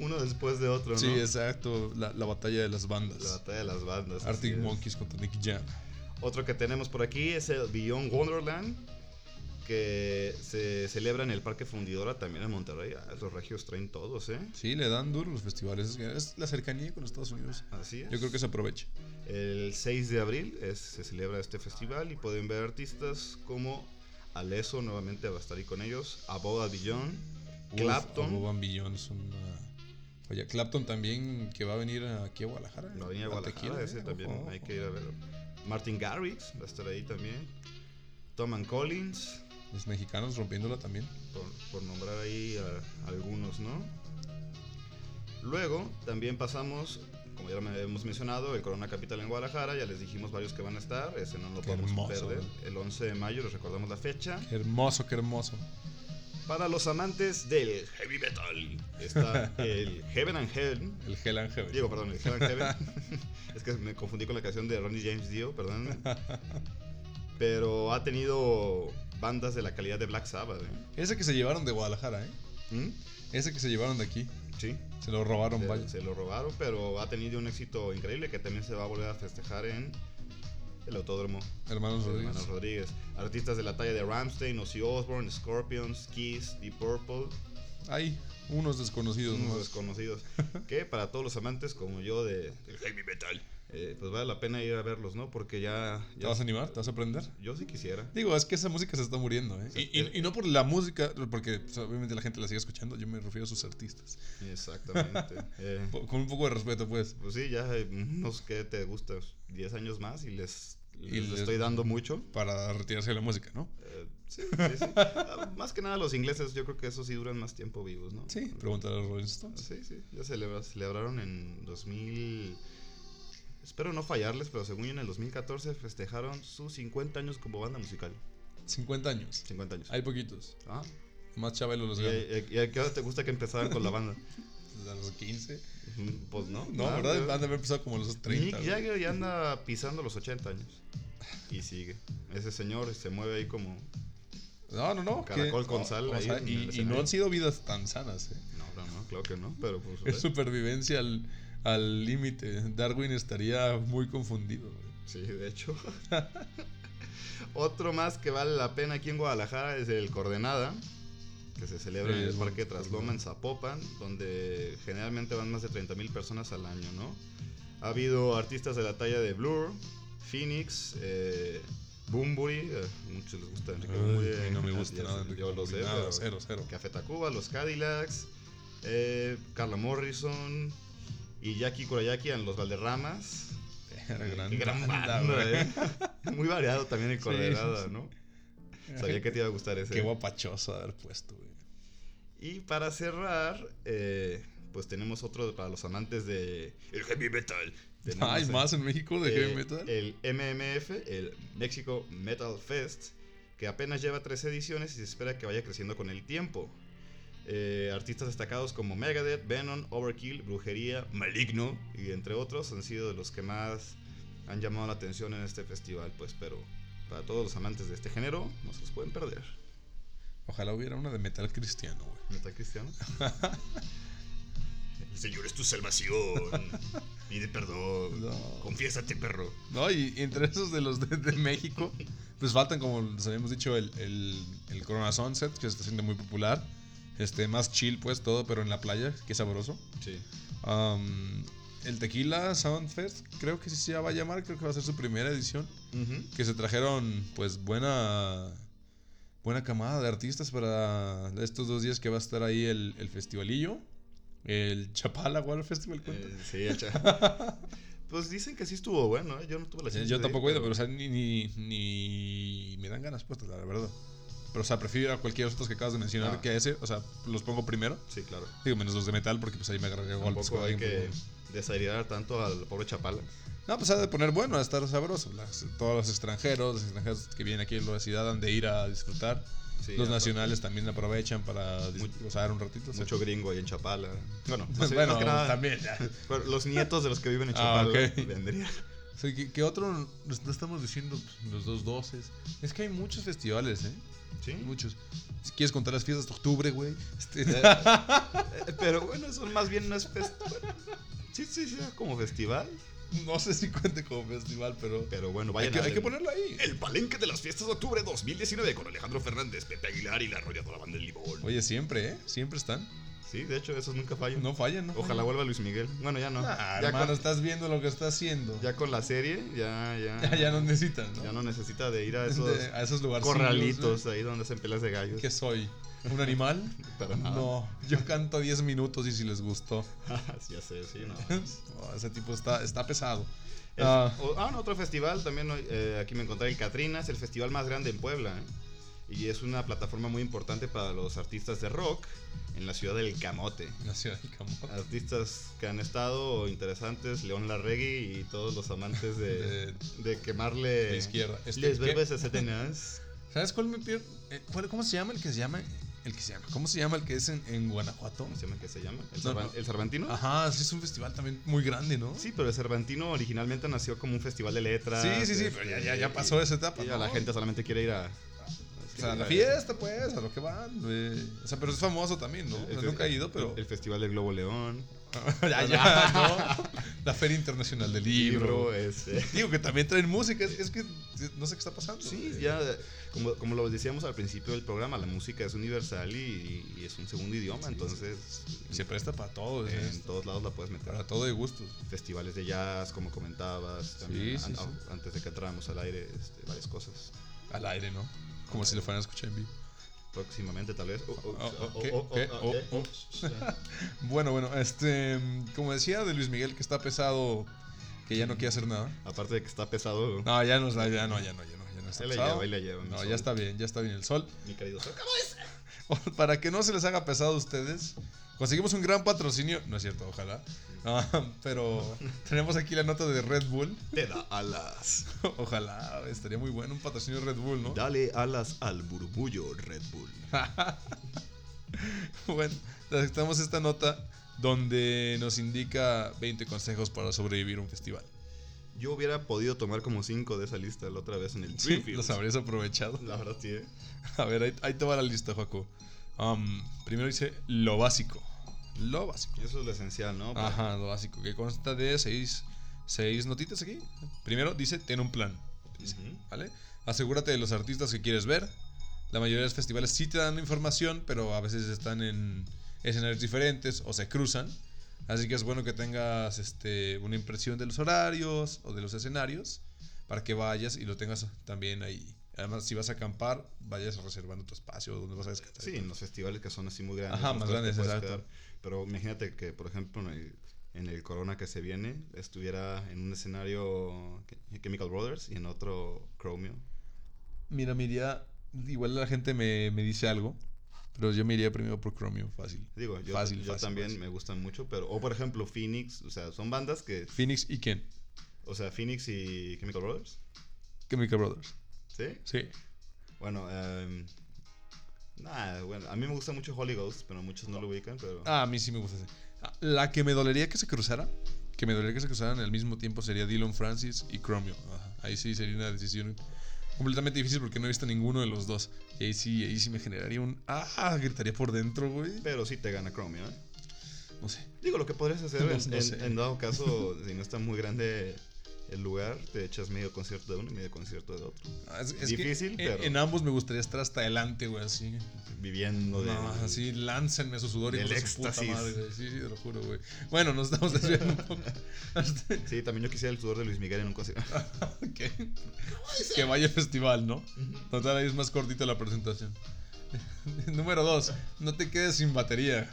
Uno después de otro, ¿no? Sí, exacto. La, la batalla de las bandas. La batalla de las bandas. Arctic así es. Monkeys contra Nicky Jam. Otro que tenemos por aquí es el Beyond Wonderland, que se celebra en el Parque Fundidora también en Monterrey. Ah, los regios traen todos, ¿eh? Sí, le dan duro los festivales. Es, es la cercanía con Estados Unidos. Así es. Yo creo que se aprovecha. El 6 de abril es- se celebra este festival y pueden ver artistas como Alesso, nuevamente va a estar ahí con ellos, Above and Beyond, Clapton, Boban Billón es una... Oye, Clapton también que va a venir aquí a Guadalajara. la Avenida a Tequila, Guadalajara, ese eh, también ojo, hay ojo. que ir a verlo. Martin Garrix va a estar ahí también, Tom and Collins, Los mexicanos rompiéndola también. por, por nombrar ahí a algunos, ¿no? Luego también pasamos, como ya me- hemos mencionado, el Corona Capital en Guadalajara, ya les dijimos varios que van a estar, ese no lo Qué podemos hermoso, ¿eh? perder. ¿no? El 11 de mayo, les recordamos la fecha. Qué hermoso, qué hermoso. Para los amantes del heavy metal está el Heaven and Hell. El Hell and Heaven. Digo, perdón, el Heaven and Heaven. es que me confundí con la canción de Ronnie James Dio, perdón. Pero ha tenido bandas de la calidad de Black Sabbath. ¿eh? Ese que se llevaron de Guadalajara, ¿eh? ¿Mm? Ese que se llevaron de aquí. Sí. Se lo robaron, Se, vaya. se lo robaron, pero ha tenido un éxito increíble que también se va a volver a festejar en el Autódromo Hermanos de Rodríguez. Hermanos Rodríguez. Artistas de la talla de Ramstein, Ozzy Osbourne, Scorpions, Kiss, Deep Purple, Hay unos desconocidos. unos nomás. desconocidos. Que para todos los amantes como yo de, del heavy metal, eh, pues vale la pena ir a verlos, ¿no? Porque ya... ¿Te ya vas a animar? ¿Te vas a aprender? yo sí quisiera. Digo, es que esa música se está muriendo, ¿eh? Se Y, está- y- y no por la música, porque pues, obviamente la gente la sigue escuchando. Yo me refiero a sus artistas. Exactamente. Eh, Po- Con un poco de respeto, pues. pues sí, ya eh, unos que te gustan 10 años más y les, Y les les- estoy dando mucho. Para retirarse de la música, ¿no? Eh, sí, sí, sí. Ah, más que nada los ingleses, yo creo que esos sí duran más tiempo vivos, ¿no? Ah, Sí, pregúntale a los Rolling Stones. Sí, sí. Ya celebra- celebraron en 2000... Espero no fallarles, pero según yo en el 2014 festejaron sus 50 años como banda musical. 50 años. 50 años. Hay poquitos. Ah, Más Chabelo los ¿Y, gana. Pues, y- y a qué hora te gusta que empezaran con la banda? A los 15. Mm, Pues no. No, nada, ¿verdad? güey. Han de haber empezado como a los 30. Mick güey. Jagger ya anda pisando los 80 años. Y sigue. Ese señor se mueve ahí como... No, no, no. Caracol que- con o- sal o ahí sea, en el y, y no escenario. han sido vidas tan sanas, ¿eh? No, no, no, claro que no, pero pues... Es eh, supervivencia al al límite. Darwin estaría muy confundido, güey. Sí, de hecho. Otro más que vale la pena aquí en Guadalajara es el Coordenada, que se celebra en Eh, el bueno, Parque Trasloma en Zapopan, donde generalmente van más de 30.000 personas al año, ¿no? Ha habido artistas de la talla de Blur, Phoenix, eh, Bunbury, eh, muchos les gusta Enrique Ay, Bunbury, a mí no me eh, gusta ya nada sé, Enrique Yo lo Bunbury, sé, nada, pero cero, cero. Café Tacuba, los Cadillacs, eh, Carla Morrison y Jackie Kurayaki en los Valderramas. Era Qué gran, gran banda, ¿eh? Muy variado también el Sí, Corderada, sí, sí. ¿no? Sabía que te iba a gustar ese. Qué guapachoso haber puesto, güey. Y para cerrar, eh, pues tenemos otro para los amantes de el heavy metal. Tenemos Hay el- más en México de eh, heavy metal. El MMF, el Mexico Metal Fest, que apenas lleva tres ediciones y se espera que vaya creciendo con el tiempo. Eh, artistas destacados como Megadeth, Venom, Overkill, Brujería, Maligno y entre otros han sido de los que más han llamado la atención en este festival, pues pero para todos los amantes de este género no se los pueden perder. Ojalá hubiera una de metal cristiano, güey. ¿No está cristiano? el Señor es tu salvación. Pide perdón. No. Confiésate, perro. No, y y entre esos de los de, de México, pues faltan, como les habíamos dicho, el, el, el Corona Sunset, que se está haciendo muy popular. Este, más chill, pues todo, pero en la playa, que sabroso. Sí. Am, el Tequila Soundfest, creo que sí se va a llamar, creo que va a ser su primera edición. Que se trajeron, pues, buena. Buena camada de artistas para estos dos días que va a estar ahí el, el festivalillo. El Chapala Water Festival, ¿cuenta? Eh, sí, hecha. pues dicen que sí estuvo bueno, ¿eh? yo no tuve la Sí, chance Yo de tampoco he ir, ido, pero o sea, ni, ni, ni me dan ganas, pues, la verdad. Pero, o sea, prefiero a cualquiera de los otros que acabas de mencionar Ah. que a ese. O sea, los pongo primero. Sí, claro. Digo, menos los de metal, porque pues ahí me agarré golpes. Tampoco hay alguien, que pues, desairar tanto al pobre Chapala. No, pues ha de poner bueno, a estar sabroso. Las- todos los extranjeros, los extranjeros que vienen aquí a la ciudad han de ir a disfrutar. Sí, los aparte, nacionales también aprovechan para dis- Mucho- gozar un ratito. o sea. Mucho gringo ahí en Chapala. Bueno, más bien, bueno, más que nada, también. ya. pero los nietos de los que viven en Ah, Chapala ok. vendrían. O sea, ¿qué, qué otro? Nos- No estamos diciendo pues, los dos doces. Es que hay muchos festivales, ¿eh? Sí. Muchos. Si quieres contar las fiestas de octubre, güey. Este, Eh, Pero bueno, son más bien no es fest- bueno, Sí, sí, sí, es como festival. no sé si cuente como festival, pero. Pero bueno, hay vayan que, al- hay que ponerlo ahí. El palenque de las fiestas de octubre 2019 con Alejandro Fernández, Pepe Aguilar y la arrolladora banda del Limón. Oye, siempre, ¿eh? Siempre están. Sí, de hecho, esos nunca fallan. No fallan, ¿no? Ojalá vuelva Luis Miguel. Bueno, ya no. fallan. Ah, ya, hermano, con, estás viendo lo que está haciendo. Ya, ya con la serie, ya, ya. ya no necesitan, ¿no? ya no necesita de ir a De- esos a esos lugares. corralitos ahí donde hacen pelas de gallos. ¿Qué soy? ¿Un animal? Para nada. No, yo canto 10 minutos y si les gustó. Ah, ya sé, sí, no. No, ese tipo está, está pesado. El- Ah. o- ah, no, otro festival también eh, aquí me encontré en Catrinas, el festival más grande en Puebla. ¿eh? Y es una plataforma muy importante para los artistas de rock en la ciudad del Camote. La ciudad del Camote. Artistas que han estado interesantes, León Larregui y todos los amantes de, De- de quemarle de izquierda. Este, les ¿qué? verbes a Satanás. ¿Sabes cuál me pierde? Eh, ¿cuál- ¿Cómo se llama el que se llama? El que se llama. ¿Cómo se llama el que es en, en Guanajuato? ¿Cómo se llama? ¿Qué se llama? ¿El, No, Cervan- no. el Cervantino? Ajá, sí, es un festival también muy grande, ¿no? Sí, pero el Cervantino originalmente nació como un festival de letras. Sí, sí, sí, este, pero ya- ya- ya pasó esa etapa, Y a ¿no? la gente solamente quiere ir a... O sea, a la fiesta, pues, a lo que van. eh. O sea, pero es famoso también, ¿no? El- el No, fe- nunca he ido, pero. El, el Festival del Globo León. ya, ya, ¿no? La Feria Internacional del Libro. este. Digo que también traen música, es, es que no sé qué está pasando. Sí, Eh, ya, como, como lo decíamos al principio del programa, la música es universal y, y es un segundo idioma, entonces en- Se presta para todo, es- en, es todos lados la puedes meter. para todo de gustos. Festivales de jazz, como comentabas, también, sí, an- sí. au- antes de que entráramos al aire, este, varias cosas. Al aire, ¿no? Como si lo fueran a escuchar en vivo. Próximamente tal vez. Oh, oh, Oh, oh, oh, ¿qué? oh, oh, ¿qué? oh, Oh, eh, oh. eh. Bueno, bueno, este. Como decía de Luis Miguel, que está pesado, que ya no quiere hacer nada. Aparte de que está pesado No, ya no, está- ya no, ya no, ya no. Ya no está Ahí la pesado. lleva, ahí la lleva, mi No, sol. ya está bien, ya está bien el sol. mi querido Soca. Para que no se les haga pesado a ustedes, conseguimos un gran patrocinio. No es cierto, ojalá. Mm. Ah, pero tenemos aquí la nota de Red Bull. Te da alas. Ojalá, estaría muy bueno un patrocinio de Red Bull, ¿no? Dale alas al burbullo, Red Bull. Bueno, aceptamos esta nota donde nos indica 20 consejos para sobrevivir a un festival. Yo hubiera podido tomar como cinco de esa lista la otra vez en el Sí, Dreamfield. los habrías aprovechado. La verdad, sí, ¿eh? A ver, ahí, ahí te va la lista, Joaco. Am, primero dice lo básico. Lo básico. Eso es lo esencial, ¿no? Ajá, lo básico, que consta de seis, seis notitas aquí. Primero dice, ten un plan. Dice, Ujú. ¿Vale? Asegúrate de los artistas que quieres ver. La mayoría de los festivales sí te dan información, pero a veces están en escenarios diferentes o se cruzan. Así que es bueno que tengas este, una impresión de los horarios o de los escenarios para que vayas y lo tengas también ahí. Además, si vas a acampar, vayas reservando tu espacio donde vas a descansar. Sí, en los festivales que son así muy grandes. Ajá, los más cuales te grandes, puedes exacto. Pero imagínate que, por ejemplo, en el, en el Corona que se viene, estuviera en un escenario Ch- Chemical Brothers y en otro Chromio. Mira, me iría. Igual la gente me, me dice algo. Pero yo me iría primero por Chromium, fácil. Digo, yo, Fácil, yo fácil, también fácil. me gustan mucho, pero... O, por ejemplo, Phoenix. O sea, son bandas que... Phoenix y quién? O sea, Phoenix y Chemical Brothers. Chemical Brothers. ¿Sí? Sí. Bueno, em, nada, bueno, a mí me gusta mucho Holy Ghost, pero muchos no lo ubican, pero... Ah, a mí sí me gusta ese. Ah, La que me dolería que se cruzara, que me dolería que se cruzaran al mismo tiempo sería Dylan Francis y Chromium. Ajá, Ahí sí sería una decisión completamente difícil porque no he visto ninguno de los dos. Y ahí sí, ahí sí me generaría un. ¡Ah! Gritaría por dentro, güey. Pero sí te gana Chromio, ¿eh? No sé. Digo, lo que podrías hacer No, en, no en- sé. en dado caso, si no está muy grande el lugar, te echas medio concierto de uno y medio concierto de otro. Ah, es- es que Difícil, en- pero- En ambos me gustaría estar hasta adelante, güey, así. Viviendo de... No, así láncenme su sudor y del con su puta éxtasis. madre, güey. Sí, sí, te lo juro, güey. Bueno, nos estamos desviando un poco. Este, Sí, también yo quisiera el sudor de Luis Miguel en un concierto. que, que vaya al festival, ¿no? Total, ahí es más cortita la presentación. Número dos, no te quedes sin batería.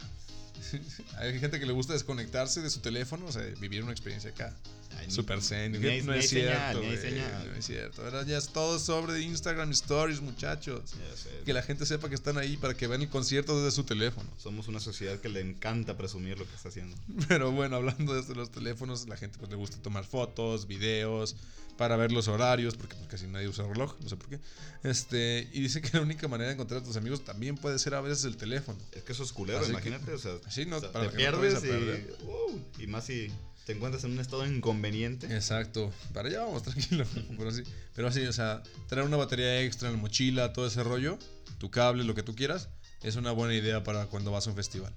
Hay gente que le gusta desconectarse de su teléfono, o sea, vivir una experiencia acá. Ay, ni- Super zen. ni güey, hay- no ni es hay señal, cierto, ni hay güey, señal. No es cierto. Ahora ya es todo sobre Instagram Stories, muchachos. Ya sé. Que la gente sepa que están ahí para que vean el concierto desde su teléfono. Somos una sociedad que le encanta presumir lo que está haciendo. Pero bueno, hablando de esto de los teléfonos, la gente pues le gusta tomar fotos, videos, para ver los horarios, porque pues, casi nadie usa reloj, no sé por qué. Este, y dice que la única manera de encontrar a tus amigos también puede ser a veces el teléfono. Es que eso es culero, Así que- imagínate. o sea, Sí, no, o sea, para te que no te vayas a pierdes y, uh, y más si te encuentras en un estado inconveniente. Exacto, para allá vamos, tranquilo. Pero sí, pero así, o sea, traer una batería extra en la mochila, todo ese rollo, tu cable, lo que tú quieras, es una buena idea para cuando vas a un festival.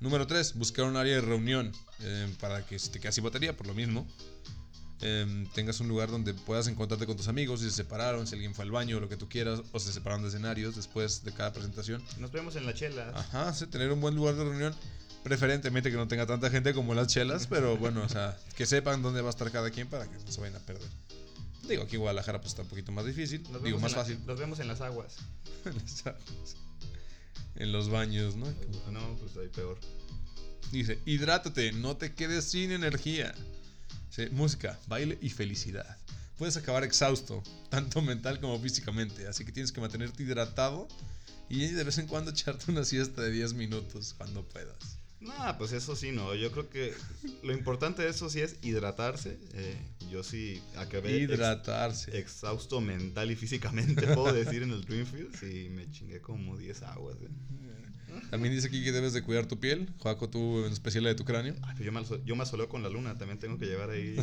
Número 3, buscar un área de reunión eh, para que si te quedas sin batería, por lo mismo, eh, tengas un lugar donde puedas encontrarte con tus amigos, si se separaron, si alguien fue al baño, lo que tú quieras, o se separaron de escenarios después de cada presentación. Nos vemos en la chela. Ajá, sí, tener un buen lugar de reunión. Preferentemente que no tenga tanta gente como las chelas, pero bueno, o sea, que sepan dónde va a estar cada quien para que no se vayan a perder. Digo, aquí en Guadalajara pues está un poquito más difícil, Nos digo, vemos más en la- fácil. Nos vemos en las aguas. en las aguas, en los baños, ¿no? No, pues ahí peor. Dice, hidrátate, no te quedes sin energía. Dice, música, baile y felicidad. Puedes acabar exhausto, tanto mental como físicamente, así que tienes que mantenerte hidratado y de vez en cuando echarte una siesta de 10 minutos cuando puedas. No, pues eso sí, no. Yo creo que lo importante de eso sí es hidratarse. Eh, yo sí acabé ex- Hidratarse. exhausto mental y físicamente, puedo decir, en el Dreamfield. Sí, me chingué como 10 aguas. eh. También dice aquí que debes de cuidar tu piel. Joaco, tú en especial la de tu cráneo. Ay, pero yo, me aso- yo me asoleo con la luna. También tengo que llevar ahí.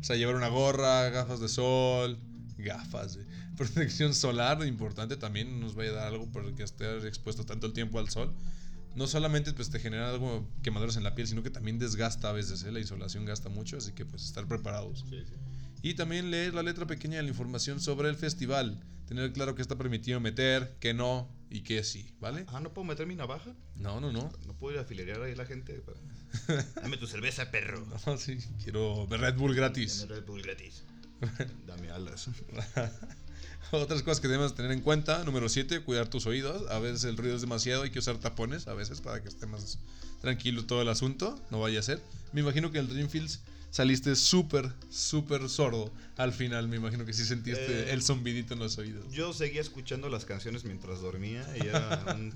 O sea, llevar una gorra, gafas de sol, gafas. güey. Protección solar, importante también. Nos va a dar algo por el que estés expuesto tanto el tiempo al sol. No solamente pues, te genera algo quemaduras en la piel, sino que también desgasta a veces. ¿eh? La insolación gasta mucho, así que pues estar preparados. Y también leer la letra pequeña de la información sobre el festival. Tener claro qué está permitido meter, qué no y qué sí, ¿vale? Ah, ¿no puedo meter mi navaja? No, no, no. ¿No puedo ir a afiliar ahí la gente? Para... Dame tu cerveza, perro. No, sí, quiero Red Bull gratis. Dame Red Bull gratis. Dame alas. Otras cosas que debemos tener en cuenta, número 7, cuidar tus oídos. A veces el ruido es demasiado, hay que usar tapones a veces para que esté más tranquilo todo el asunto, no vaya a ser. Me imagino que en el Dreamfields saliste súper, súper sordo al final, me imagino que sí sentiste Eh. el zombidito en los oídos. Yo seguía escuchando las canciones mientras dormía y era un...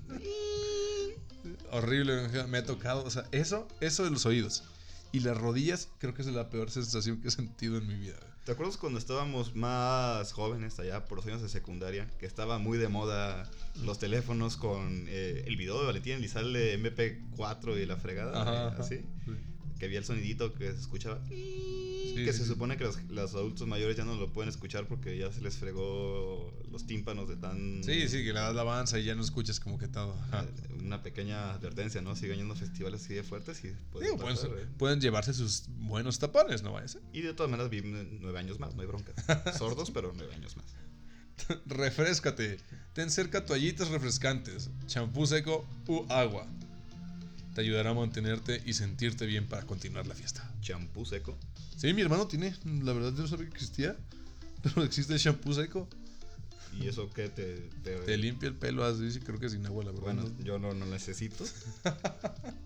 Horrible, me ha tocado, o sea, eso, eso de los oídos. Y las rodillas creo que es la peor sensación que he sentido en mi vida. ¿Te acuerdas cuando estábamos más jóvenes allá por los años de secundaria? Que estaba muy de moda los teléfonos con eh, el video de Valentín Elizalde MP4 y la fregada. Ajá, eh, ajá. Así. Que había el sonidito que se escuchaba. Sí, que sí, se sí. supone que los, los adultos mayores ya no lo pueden escuchar porque ya se les fregó los tímpanos de tan... Sí, sí, que la edad avanza y ya no escuchas como que todo. Ajá. eh, Una pequeña advertencia, ¿no? Siguen yendo a festivales así de fuertes y... puede Digo, pueden, pasar, eh. pueden llevarse sus buenos tapones, ¿no vaya a ser? Y de todas maneras vi nueve años más, no hay bronca. Sordos, pero nueve años más. Refrescate. Ten cerca toallitas refrescantes, champú seco u agua. Te ayudará a mantenerte y sentirte bien para continuar la fiesta. Champú seco. Sí, mi hermano tiene. La verdad yo no sabía que existía. Pero existe el champú seco. ¿Y eso qué te, te- Te limpia el pelo así, sí, creo que sin agua, la verdad. Bueno, ¿no? yo no lo necesito.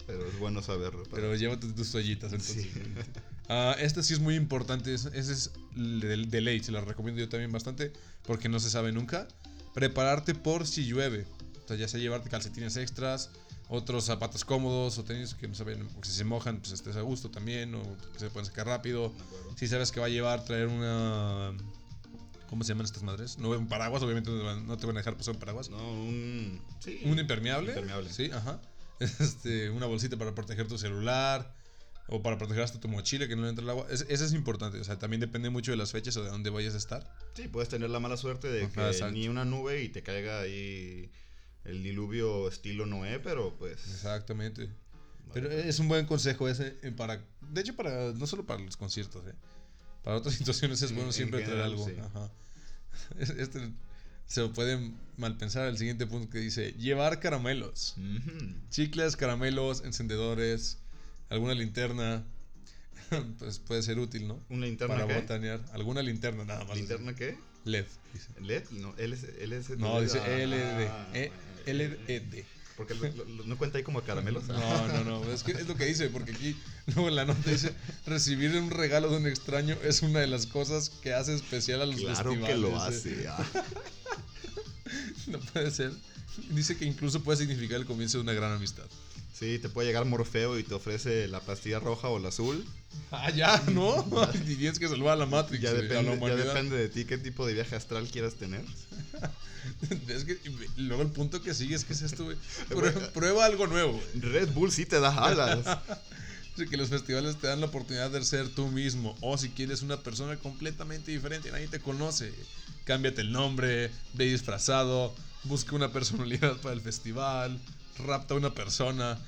pero es bueno saberlo. para- Pero llévate tus toallitas entonces. Sí. Ah, esta sí es muy importante. es- Ese es de, de ley. Se la recomiendo yo también bastante. Porque no se sabe nunca. Prepararte por si llueve. O sea, ya sea llevarte calcetines extras. Otros zapatos cómodos o tenis que no saben. Si se mojan, pues estés a gusto también. O que se pueden sacar rápido. De acuerdo. Si sabes que va a llevar, traer una. ¿Cómo se llaman estas madres? No, un paraguas. Obviamente no te van- no te van a dejar pasar un paraguas. No, un. Sí. Un impermeable. Impermeable. Sí, ajá. Este, una bolsita para proteger tu celular o para proteger hasta tu mochila que no le entre el agua. Es- Eso es importante. O sea, también depende mucho de las fechas o de dónde vayas a estar. Sí, puedes tener la mala suerte de Ajá, que exacto. ni una nube y te caiga ahí el diluvio estilo Noé, pero pues. Exactamente. vale. Pero es un buen consejo ese eh, para... De hecho, para no solo para los conciertos, ¿eh? Para otras situaciones es En- bueno en siempre traer general, algo. sí. Ajá. Es- Este, se lo pueden mal pensar el siguiente punto que dice, llevar caramelos. Ujú. chicles, caramelos, encendedores, alguna linterna. pues puede ser útil, ¿no? ¿Una linterna Para qué? botanear. Alguna linterna nada más. ¿Linterna qué? LED. dice. ¿LED? No, LS, LS, No, dice E Ah, LED. ah, eh, bueno. LED. Porque lo- lo- lo- no cuenta ahí como caramelos. No, no, no. Es, que es lo que dice, porque aquí luego en la nota dice: recibir un regalo de un extraño es una de las cosas que hace especial a los Ah, Claro festivales. que lo eh. hace. ah. No puede ser. Dice que incluso puede significar el comienzo de una gran amistad. Sí, te puede llegar Morfeo y te ofrece la pastilla roja o la azul. Ah, ya, ¿no? Y tienes que salvar a la Matrix, Ya güey, a la depende, ya humanidad. depende de ti qué tipo de viaje astral quieras tener. Es que y luego el punto que sigue es que es esto, güey. Prueba, prueba algo nuevo. güey. Red Bull sí te da alas. Dice que los festivales te dan la oportunidad de ser tú mismo. O si quieres una persona completamente diferente, nadie te conoce. Cámbiate el nombre, ve disfrazado, busca una personalidad para el festival, rapta a una persona.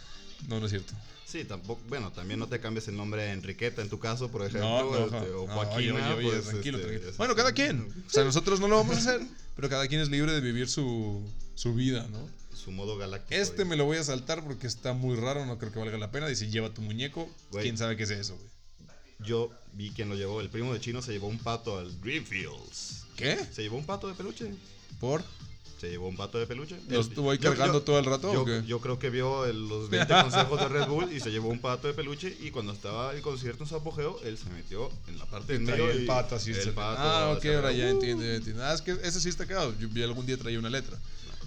No, no es cierto. Sí, tampoco. Bueno, también no te cambies el nombre a Enriqueta en tu caso, por ejemplo. No, no, este, o no, Joaquina. oye, oye, oye, pues, tranquilo, este, tranquilo. es- Bueno, cada quien. O sea, nosotros no lo vamos a hacer, pero cada quien es libre de vivir su, su vida, ¿no? Su modo galáctico. Este güey. me lo voy a saltar porque está muy raro, no creo que valga la pena. Dice, lleva tu muñeco. Güey. ¿Quién sabe qué es eso, güey? Yo vi quién lo llevó. El primo de Chino se llevó un pato al Greenfields. ¿Qué? Se llevó un pato de peluche. ¿Por? Se llevó un pato de peluche. ¿Lo El- estuvo ahí yo- cargando yo- todo el rato Yo, o qué? yo creo que vio el- los 20 consejos de Red Bull y se llevó un pato de peluche. Y cuando estaba el concierto en su apogeo, él se metió en la parte del Traía medio. el y- pato así. se- El pato. ah, ok, se- ahora ya entiendo, ya entiendo. Ah, es que ese sí está cagado. Yo vi algún día traía una letra.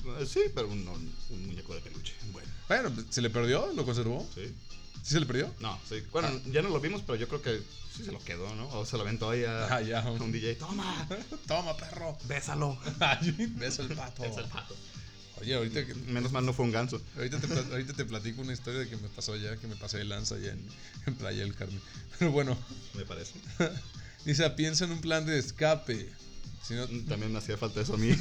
Uh, Sí, pero un, un- un muñeco de peluche. Bueno, Bueno, pues, ¿se le perdió? ¿Lo conservó? sí. ¿Sí se le perdió? No, sí. Bueno, Ah. ya no lo vimos, pero yo creo que sí se lo quedó, ¿no? O se lo aventó ahí a, Ah, ya. a un DJ. ¡Toma! Toma, perro. ¡Bésalo! Ay, Beso el pato. Oye, ahorita que... Menos mal no fue un ganso. Ahorita te, pla- ahorita te platico una historia de que me pasó allá, que me pasé de lanza allá en, en Playa del Carmen. Pero bueno, Me parece. dice, piensa en un plan de escape. Si no, También me hacía falta eso a mí.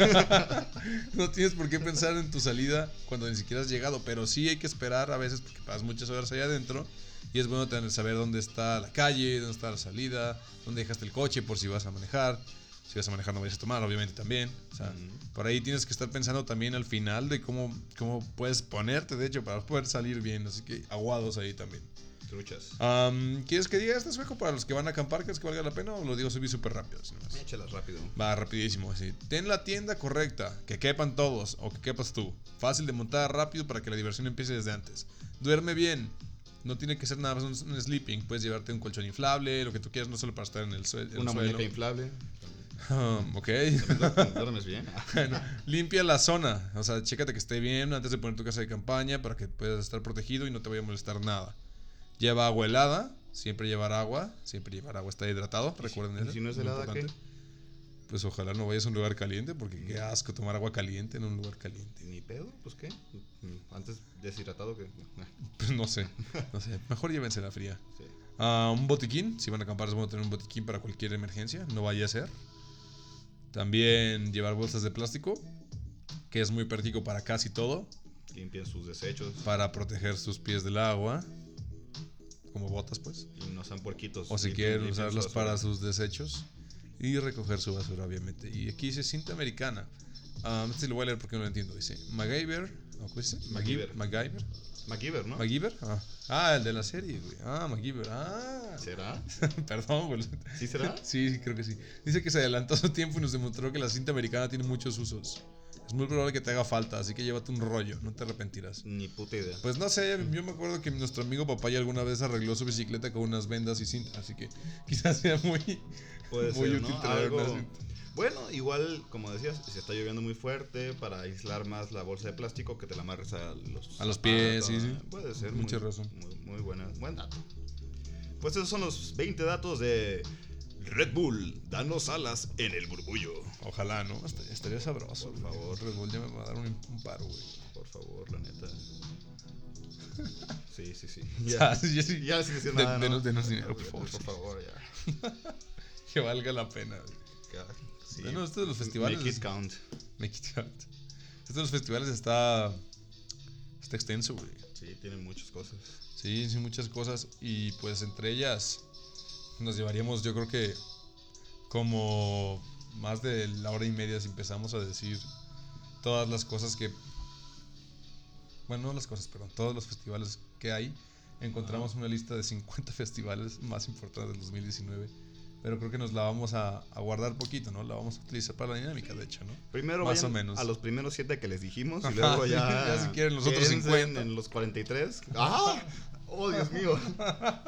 no tienes por qué pensar en tu salida cuando ni siquiera has llegado, pero sí hay que esperar a veces porque pasas muchas horas allá adentro y es bueno tener, saber dónde está la calle, dónde está la salida, dónde dejaste el coche por si vas a manejar. Si vas a manejar no vayas a tomar, obviamente también. O sea, Ujú. por ahí tienes que estar pensando también al final de cómo, cómo puedes ponerte, de hecho, para poder salir bien. Así que aguados ahí también. Truchas. Am, ¿Quieres que diga este sueco para los que van a acampar? ¿Crees que valga la pena o lo digo subí súper rápido? así nomás? Échalas rápido. Va rapidísimo, así. Ten la tienda correcta, que quepan todos o que quepas tú. Fácil de montar, rápido para que la diversión empiece desde antes. Duerme bien. No tiene que ser nada más un, un sleeping. Puedes llevarte un colchón inflable, lo que tú quieras, no solo para estar en el, sue- en el Una suelo. muñeca inflable. Um, ok. ¿Duermes bien? Bueno, limpia la zona. O sea, chécate que esté bien antes de poner tu casa de campaña para que puedas estar protegido y no te vaya a molestar nada. Lleva agua helada. Siempre llevar agua. Siempre llevar agua. Está hidratado. Recuerden ¿Y eso. si no es muy helada, ¿qué? importante. Pues ojalá no vayas a un lugar caliente, porque qué asco tomar agua caliente en un lugar caliente. ¿Ni pedo? Pues qué. Mm, Antes deshidratado que. ah, Pues no sé, no sé. Mejor llévense la fría. Sí. Ah, un botiquín, si van a acampar es bueno tener un botiquín para cualquier emergencia, no vaya a ser. También llevar bolsas de plástico, que es muy práctico para casi todo, Limpian sus desechos. para proteger sus pies del agua, como botas pues. Y no sean puerquitos. O si Limpian- quieren limpian pues, su usarlas basura. para sus desechos. Y recoger su basura, obviamente. Y aquí dice cinta americana. Ah, este lo voy a leer porque no lo entiendo. Dice MacGyver. ¿no? ¿Cómo dice? MacGyver. MacGyver. MacGyver. MacGyver, ¿no? ¿MacGyver? Ah. Ah, el de la serie, güey. Ah, MacGyver. Ah. ¿Será? Perdón, güey. ¿Sí será? Sí, sí, creo que sí. Dice que se adelantó a su tiempo y nos demostró que la cinta americana tiene muchos usos. Es muy probable que te haga falta, así que llévate un rollo, no te arrepentirás. Ni puta idea. Pues no sé, yo me acuerdo que nuestro amigo papaya alguna vez arregló su bicicleta con unas vendas y cinta, así que quizás sea muy, Puede muy ser, útil ¿no? traer Algo- unas cintas. Bueno, igual, como decías, si está lloviendo muy fuerte, para aislar más la bolsa de plástico, que te la amarres a los, A los pies, zapatos, sí, ¿no? sí. Puede ser. Mucha muy, razón. Muy, muy buena, buen dato. Pues esos son los 20 datos de Red Bull. Danos alas en el burbullo. Ojalá, ¿no? Estaría, estaría sabroso. Por favor. Red Bull ya me va a dar un, un paro, güey. Por favor, la neta. Sí, sí, sí. O sea, sí, sí. Ya sin decir De- nada. ¿no? denos- denos dinero, por favor. Por favor, ya. Que valga la pena, güey. Ya, sí. Bueno, esto de los festivales Make es- it count. Make it count. Esto de los festivales está. Está extenso, güey. Sí, tienen muchas cosas. Sí, sí, muchas cosas. Y pues entre ellas nos llevaríamos, yo creo que como más de la hora y media si empezamos a decir todas las cosas que... Bueno, no las cosas, perdón, todos los festivales que hay. Encontramos una lista de 50 festivales más importantes del 2019 Pero creo que nos la vamos a, a guardar poquito, ¿no? La vamos a utilizar para la dinámica, de hecho, ¿no? Primero Más vayan o menos. a los primeros siete que les dijimos Ajá. y luego ya. Ya si quieren los otros piensen 50. En los 43. ¡Ah! ¡Oh, Dios mío!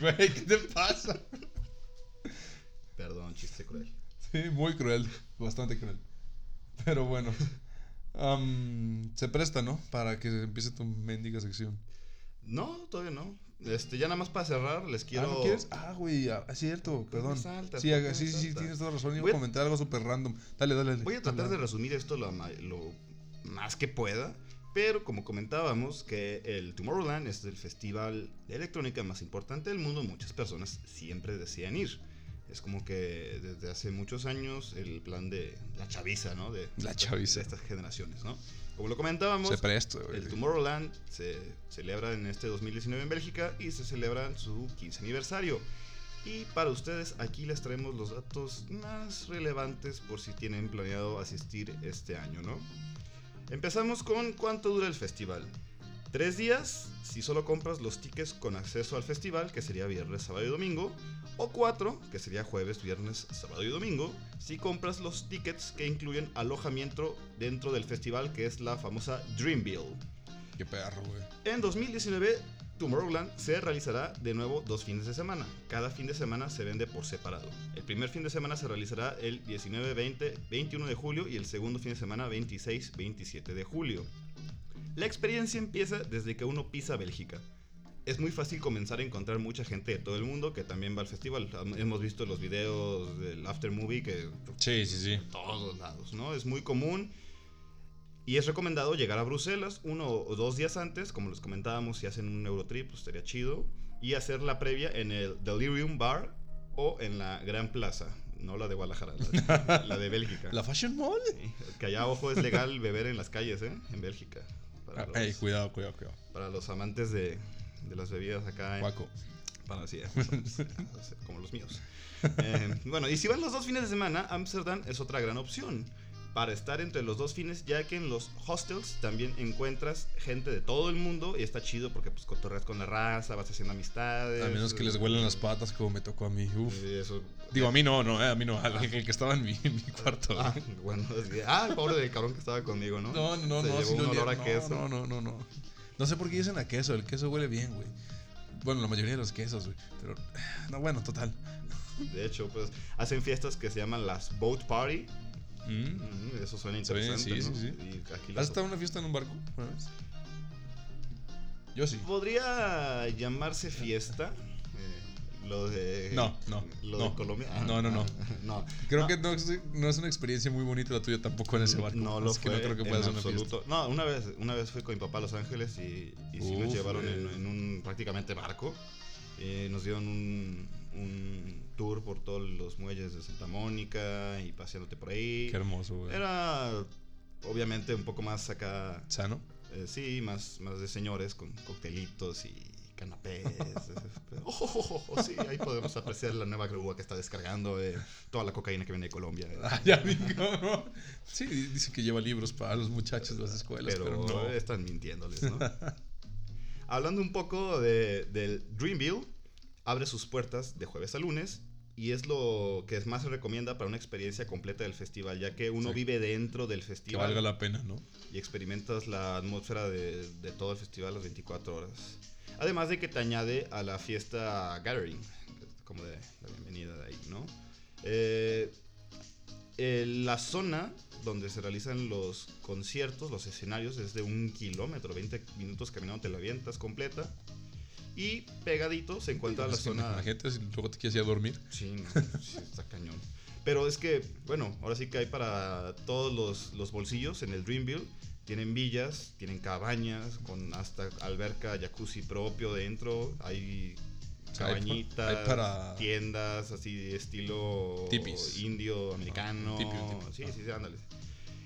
Güey, ¿qué te pasa? Perdón, chiste cruel. Sí, muy cruel, bastante cruel. Pero bueno, am, se presta, ¿no? Para que empiece tu mendiga sección. No, todavía no. Este, ya nada más para cerrar, les quiero. Ah, ¿no quieres? Ah, güey, ah, es cierto, perdón. saltas? sí, ¿Por haga- qué sí, me sí, sí, saltas? tienes toda razón. Iba Voy a a- comentar algo súper random. Dale, dale, dale. Voy a tratar Dale. de resumir esto lo, ma- lo más que pueda, pero como comentábamos que el Tomorrowland es el festival de electrónica más importante del mundo, muchas personas siempre desean ir. Es como que desde hace muchos años el plan de la chaviza, ¿no? De, La chaviza. De estas generaciones, ¿no? Como lo comentábamos, Se presta, el güey. Tomorrowland se celebra en este 2019 en Bélgica y se celebra su 15 aniversario. Y para ustedes aquí les traemos los datos más relevantes por si tienen planeado asistir este año, ¿no? Empezamos con cuánto dura el festival. Tres días si solo compras los tickets con acceso al festival, que sería viernes, sábado y domingo. O cuatro, que sería jueves, viernes, sábado y domingo, si compras los tickets que incluyen alojamiento dentro del festival, que es la famosa Dreamville. Qué perro, güey. En 2019, Tomorrowland se realizará de nuevo dos fines de semana. Cada fin de semana se vende por separado. El primer fin de semana se realizará el 19, 20, 21 de julio y el segundo fin de semana 26, 27 de julio. La experiencia empieza desde que uno pisa Bélgica. Es muy fácil comenzar a encontrar mucha gente de todo el mundo que también va al festival. Ham- Hemos visto los videos del after movie que Sí, sí, sí. todos lados, ¿no? Es muy común. Y es recomendado llegar a Bruselas uno o dos días antes, como les comentábamos, si hacen un Eurotrip, pues estaría chido. Y hacer la previa en el Delirium Bar o en la Gran Plaza. No la de Guadalajara, la de, la de Bélgica. ¿La Fashion Mall? Sí, Que allá, ojo, es legal beber en las calles, ¿eh? En Bélgica. Para Ah, los, Ey, cuidado, cuidado, cuidado. para los amantes de, de las bebidas acá. en- Paco. para así, como los míos. Eh, bueno, y si van los dos fines de semana, Amsterdam es otra gran opción para estar entre los dos fines, ya que en los hostels también encuentras gente de todo el mundo y está chido porque pues cotorreas con la raza, vas haciendo amistades. A menos que les huelen las patas como me tocó a mí. Uf. Y eso- Digo, a mí no, no, eh, a mí no. Al el que estaba en mi, en mi cuarto. Ah, bueno, así- ah, el pobre del cabrón que estaba conmigo, ¿no? No, no, no, Se no, llevó sí un lo olor olía. a queso. No, no, no, no. No sé por qué dicen a queso, el queso huele bien, güey. Bueno, la mayoría de los quesos, güey. Pero, no, bueno, total. De hecho, pues hacen fiestas que se llaman las boat party. Mm. Mm, Eso suena Suena, interesante, sí, ¿no? sí, Y aquí ¿Has las- estado en una fiesta en un barco? una vez? Yo sí. Podría llamarse fiesta. eh, lo de. No, no, Lo no. de Colombia. No, no, no. no. Creo No, que no, es- no es una experiencia muy bonita la tuya tampoco en ese barco. No lo Así fue. que no creo que en pueda ser una fiesta. absoluto. No, una vez, una vez fui con mi papá a Los Ángeles y, y sí Uf, nos llevaron en, güey. en un prácticamente barco. Eh, nos dieron un, un tour por todos los muelles de Santa Mónica y paseándote por ahí. Qué hermoso, güey. Era obviamente un poco más acá Sano. Eh, sí, más, más de señores con coctelitos y canapés. oh, sí, ahí podemos apreciar la nueva grúa que está descargando eh, toda la cocaína que viene de Colombia. eh. Ah, ya vi cómo. Sí, dicen que lleva libros para los muchachos de las escuelas, pero pero, no. están mintiéndoles, ¿no? Hablando un poco de- del Dreamville, abre sus puertas de jueves a lunes y es lo que más se recomienda para una experiencia completa del festival, ya que uno Sí. vive dentro del Que festival. valga la pena, ¿no? y experimentas la atmósfera de, de todo el festival las 24 horas. Además de que te añade a la fiesta Gathering, que es como de la bienvenida de ahí, ¿no? Eh, eh, la zona donde se realizan los conciertos, los escenarios, es de un kilómetro, 20 minutos caminando, te la avientas completa. Y pegadito se encuentra la pues Es que zona... Imagínate si luego te quieres ir a dormir. Sí, no, sí, está cañón. Pero es que, bueno, ahora sí que hay para todos los, los bolsillos en el Dreamville. Tienen villas, tienen cabañas, con hasta alberca, jacuzzi propio dentro. Hay O sea, hay pa- cabañitas, hay para- tiendas así estilo Tipis. indio, americano. tipio, tipio. Sí, sí, sí, ándale.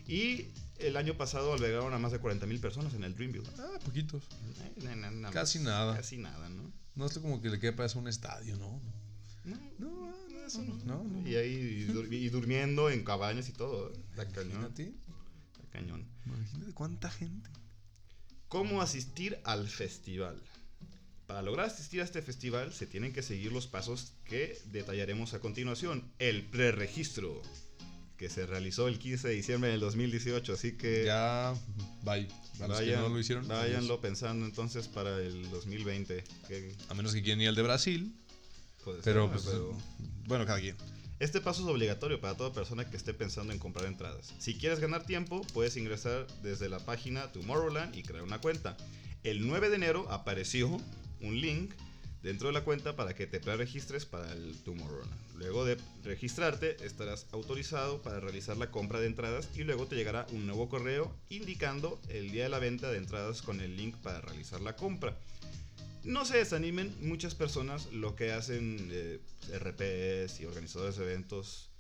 Y el año pasado albergaron a más de 40.000 personas en el Dreamville. Ah, poquitos. Eh, na- na- na- Casi nada. Casi nada, ¿no? No es como que le quepa eso a un estadio, ¿no? No, No, ah, no, eso no. no, no. Y ahí y dur- y durmiendo en cabañas y todo. ¿eh? Está cañón. Imagínate, Está cañón. imagínate cuánta gente. ¿Cómo asistir al festival? Para lograr asistir a este festival se tienen que seguir los pasos que detallaremos a continuación. El preregistro, que se realizó el 15 de diciembre del 2018, así que Ya, bye. Para los que vayan, no lo hicieron, váyanlo pensando entonces para el 2020. que adiós. A menos que quieran ir al de Brasil. puede ser, Pero, ¿no? pues, Pero- bueno, cada quien. Este paso es obligatorio para toda persona que esté pensando en comprar entradas. Si quieres ganar tiempo, puedes ingresar desde la página Tomorrowland y crear una cuenta. El 9 de enero apareció un link dentro de la cuenta para que te preregistres para el Tomorrowland. Luego de registrarte, estarás autorizado para realizar la compra de entradas y luego te llegará un nuevo correo indicando el día de la venta de entradas con el link para realizar la compra. No se desanimen, muchas personas lo que hacen eh, RPs y organizadores de eventos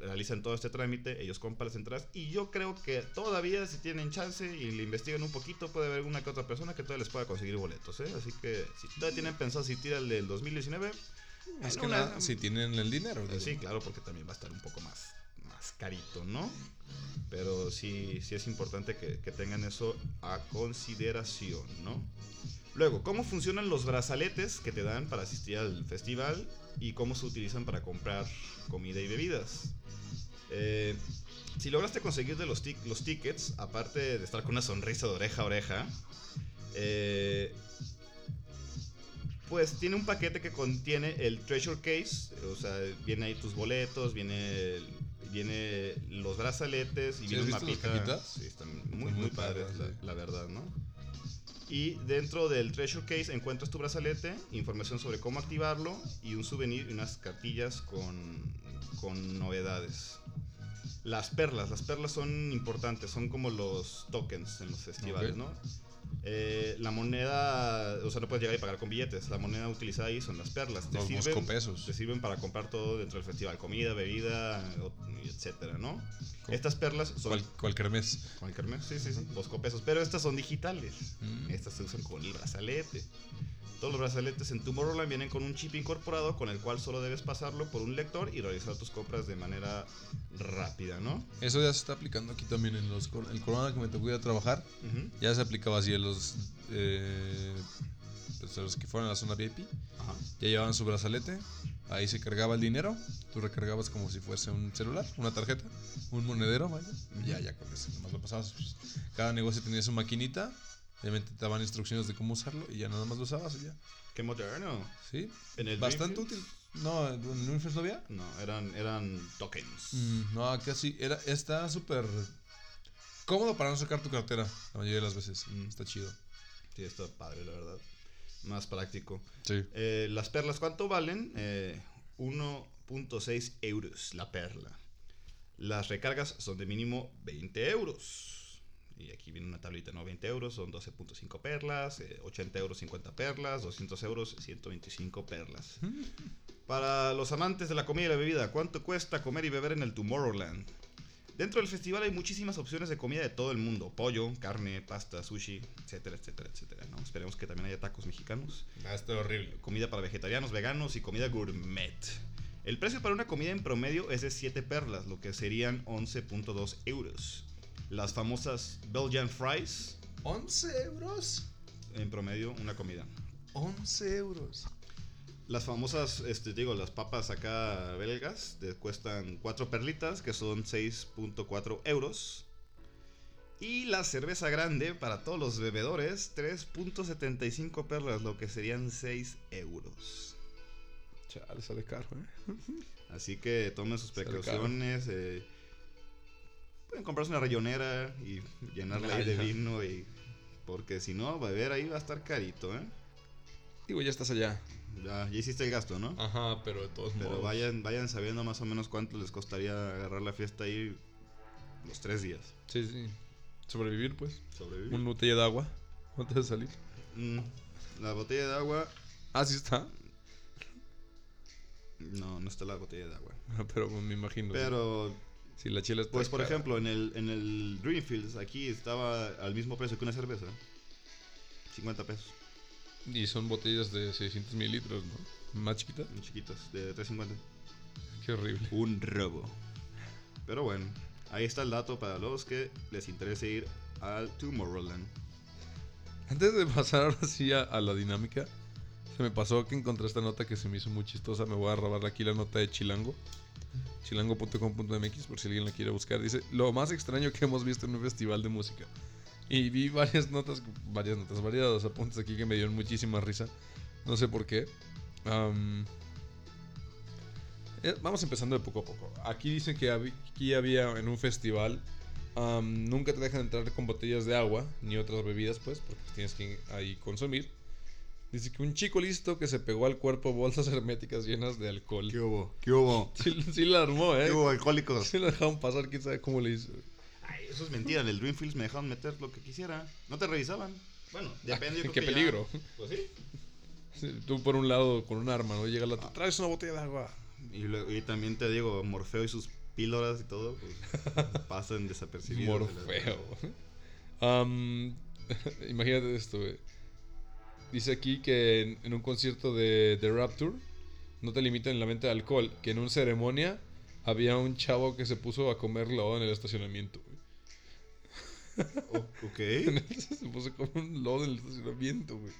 realizan todo este trámite, ellos compran las entradas y yo creo que todavía si tienen chance y le investigan un poquito puede haber una que otra persona que todavía les pueda conseguir boletos, ¿eh? así que si todavía tienen pensado asistir al del 2019, Más en que una- nada, si tienen el dinero. eh, digo. sí, claro, porque también va a estar un poco más, más carito, ¿no? Pero sí, sí es importante que, que tengan eso a consideración, ¿no? Luego, ¿cómo funcionan los brazaletes que te dan para asistir al festival y cómo se utilizan para comprar comida y bebidas? Eh, si lograste conseguir de los, tic- los tickets, aparte de estar con una sonrisa de oreja a oreja, eh, pues tiene un paquete que contiene el treasure case, o sea, viene ahí tus boletos, viene el- viene los brazaletes y ¿Sí viene has un visto las mapita. cajitas? Sí, están muy, Están muy muy padres, padres, la- sí. la verdad, ¿no? Y dentro del treasure case encuentras tu brazalete, información sobre cómo activarlo y un souvenir y unas cartillas con, con novedades. Las perlas, las perlas son importantes, son como los tokens en los festivales, Ok. ¿no? Eh, la moneda, o sea, no puedes llegar y pagar con billetes, la moneda utilizada ahí son las perlas. Te Los sirven, moscopesos. te sirven para comprar todo dentro del festival, comida, bebida, o- etcétera, ¿no? Estas perlas son... Cual- cualquier mes. Con el carnet, sí, sí, sí. Bosco pesos. Pero estas son digitales. Mm. Estas se usan con el brazalete. Todos los brazaletes en Tomorrowland vienen con un chip incorporado con el cual solo debes pasarlo por un lector y realizar tus compras de manera rápida, ¿no? Eso ya se está aplicando aquí también en los cor- el corona que me tocó ir a trabajar. Ujú. Ya se aplicaba así en los, eh, pues, los que fueron a la zona VIP. Ajá. Ya llevaban su brazalete. Ahí se cargaba el dinero. Tú recargabas como si fuese un celular, una tarjeta, un monedero, vaya. y Ya, ya con eso. Nomás lo pasabas. pues, cada negocio tenía su maquinita. Obviamente te daban instrucciones de cómo usarlo y ya nada más lo usabas y ya. Qué moderno. Sí. En el Bastante Dreamfield? útil. No, ¿en Dreamfields no había? No, eran, eran tokens. Mm, No, acá sí. Era, está súper cómodo para no sacar tu cartera la mayoría de las veces. Mm. Está chido. Sí, está padre, la verdad. Más práctico. Sí. Eh, las perlas, ¿cuánto valen? Eh, 1.6 euros la perla. Las recargas son de mínimo 20 euros. Y aquí viene una tablita, ¿no? 20 euros son 12.5 perlas, eh, 80 euros 50 perlas, 200 euros 125 perlas. Para los amantes de la comida y la bebida, ¿cuánto cuesta comer y beber en el Tomorrowland? Dentro del festival hay muchísimas opciones de comida de todo el mundo. Pollo, carne, pasta, sushi, etcétera, etcétera, etcétera. ¿no? Esperemos que también haya tacos mexicanos Ah, está horrible. comida para vegetarianos, veganos y comida gourmet. El precio para una comida en promedio es de 7 perlas, lo que serían 11.2 euros. Las famosas Belgian fries, 11 euros. en promedio una comida. 11 euros. Las famosas, este, digo, las papas acá belgas, te cuestan 4 perlitas, que son 6.4 euros. Y la cerveza grande para todos los bebedores, 3.75 perlas, lo que serían 6 euros. Chale, sale caro, ¿eh? Así que tomen sus Sale precauciones. eh, pueden comprarse una rayonera y llenarla ahí de Ajá. vino. y Porque si no, beber ahí va a estar carito, ¿eh? Digo, ya estás allá. Ya, ya hiciste el gasto, Ah, ¿no? Ajá, pero de todos Pero modos. vayan, vayan sabiendo más o menos cuánto les costaría agarrar la fiesta ahí los tres días. Sí, sí. Sobrevivir, pues. Sobrevivir. Una botella de agua. Antes de salir. Mm, La botella de agua. Ah, sí está. No, no está la botella de agua. Ah, Pero pues, me imagino. sí. Pero Si la chela está. Pues por cara. ejemplo, en el, en el Dreamfields aquí estaba al mismo precio que una cerveza. 50 pesos, Y son botellas de 600 mililitros, ¿no? Más chiquita. muy chiquitas, de 350. Qué horrible. Un robo. Pero bueno, ahí está el dato para los que les interese ir al Tomorrowland. Antes de pasar ahora sí a, a la dinámica, se me pasó que encontré esta nota que se me hizo muy chistosa. Me voy a robar aquí la nota de Chilango. Chilango.com.mx por si alguien la quiere buscar. Dice, lo más extraño que hemos visto en un festival de música. Y vi varias notas, varias notas variadas, apuntes aquí que me dieron muchísima risa. No sé por qué. Am, eh, vamos empezando de poco a poco. Aquí dicen que habi- aquí había en un festival. am, nunca te dejan entrar con botellas de agua ni otras bebidas, pues, porque tienes que ahí consumir. Dice que un chico listo que se pegó al cuerpo bolsas herméticas llenas de alcohol. ¿Qué hubo? ¿Qué hubo? Sí, sí la armó, ¿eh? ¿Qué hubo, alcohólicos? Sí la dejaron pasar, quién sabe cómo le hizo. Ay, eso es mentira. En el Dreamfields me dejaban meter lo que quisiera. No te revisaban. Bueno, depende. yo creo ¿En Ah, qué que ya- peligro? Pues sí. Sí, Tú por un lado con un arma, ¿no? Llega la otra, traes una botella de agua. Y, luego- y también te digo, Morfeo y sus píldoras y todo, pues, pasan desapercibidos. Morfeo. Am, imagínate esto, güey. Dice aquí que en, en un concierto de, de Rapture no te limitan la venta de alcohol, que en una ceremonia había un chavo que se puso a comer lodo en el estacionamiento, güey. O- ok, se puso a comer un lodo en el estacionamiento, güey.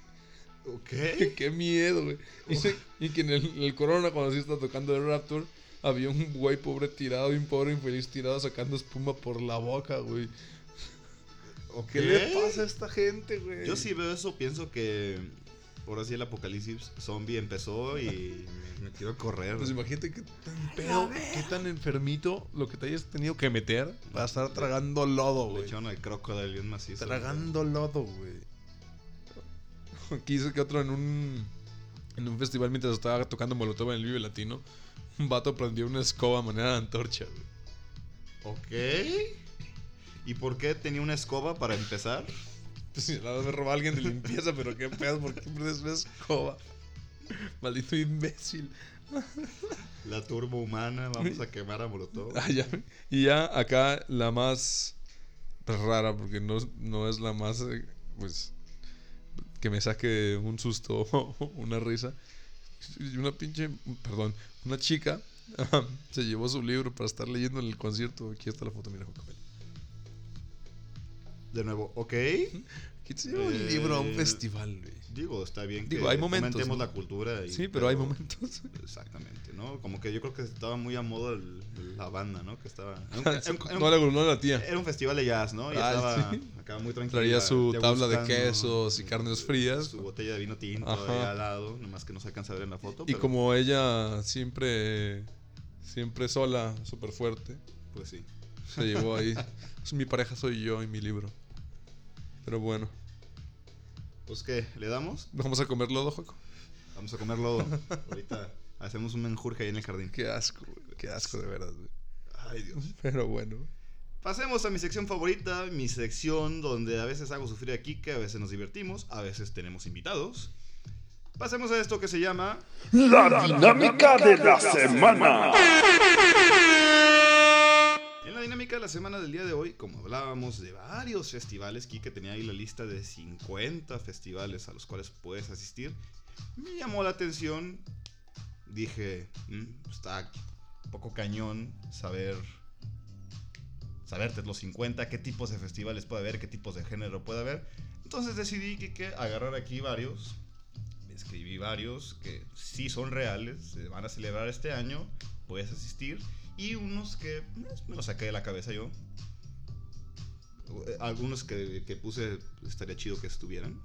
ok. Qué miedo, güey. Dice- y que en el, en el corona, cuando sí está tocando el Rapture, había un güey pobre tirado y un pobre infeliz tirado sacando espuma por la boca, güey. ¿Eh? ok. ¿Qué le pasa a esta gente, güey? Yo sí veo eso, pienso que ahora sí el apocalipsis zombie empezó y me, me quiero correr. Pues imagínate qué tan pedo, qué tan enfermito lo que te hayas tenido que meter para estar tragando lodo, Le güey. echaron al crocodile bien macizo. Tragando lodo, güey. Aquí dice que otro en un. En un festival mientras estaba tocando Molotov en el Vive Latino, un vato prendió una escoba a manera de antorcha, güey. Ok. ¿Y por qué tenía una escoba para empezar? Pues la me roba alguien de limpieza, pero qué pedo, ¿por qué prendes una escoba? Maldito imbécil. La turbo humana, vamos a quemar a Molotov. Ah, ya. Y ya acá la más rara, porque no, no es la más, eh, pues, que me saque un susto o una risa. Y Una pinche, perdón, una chica ajá, se llevó su libro para estar leyendo en el concierto. Aquí está la foto, mira, Jocabel. De nuevo, ok. Aquí se lleva un libro a un Eh, festival, güey. Digo, está bien Digo, que hay momentos, fomentemos ¿no? la cultura. y- Sí, pero hay momentos. Exactamente, ¿no? Como que yo creo que estaba muy a modo el- la banda, ¿no? Que estaba... Era un, era un- No le gustó la tía. era un festival de jazz, ¿no? Y Ah, estaba sí. acá muy tranquilo. Traía su tabla de quesos y carnes frías. este, Su botella de vino tinto Ajá. ahí al lado, nomás que no se alcanza a ver en la foto. Y pero, como ella siempre, siempre sola, súper fuerte, Pues sí. se llevó ahí. Pues, mi pareja soy yo y mi libro. Pero bueno, Pues qué, ¿le damos? vamos a comer lodo, Joco. Vamos a comer lodo. Ahorita hacemos un menjurje ahí en el jardín. Qué asco, güey, qué asco de verdad. güey. Ay, Dios. Pero bueno, Pasemos a mi sección favorita, mi sección donde a veces hago sufrir a Kike, a veces nos divertimos, a veces tenemos invitados. Pasemos a esto que se llama La dinámica de la semana. En la dinámica de la semana del día de hoy, como hablábamos de varios festivales, Kike tenía ahí la lista de 50 festivales a los cuales puedes asistir. Me llamó la atención, dije, "Mm, está un poco cañón saber saberte los 50, qué tipos de festivales puede haber, qué tipos de género puede haber. Entonces decidí, Kike, agarrar aquí varios. Escribí varios que sí son reales, se van a celebrar este año, puedes asistir y unos que pues, me los saqué de la cabeza yo. Eh, Algunos que, que puse estaría chido que estuvieran.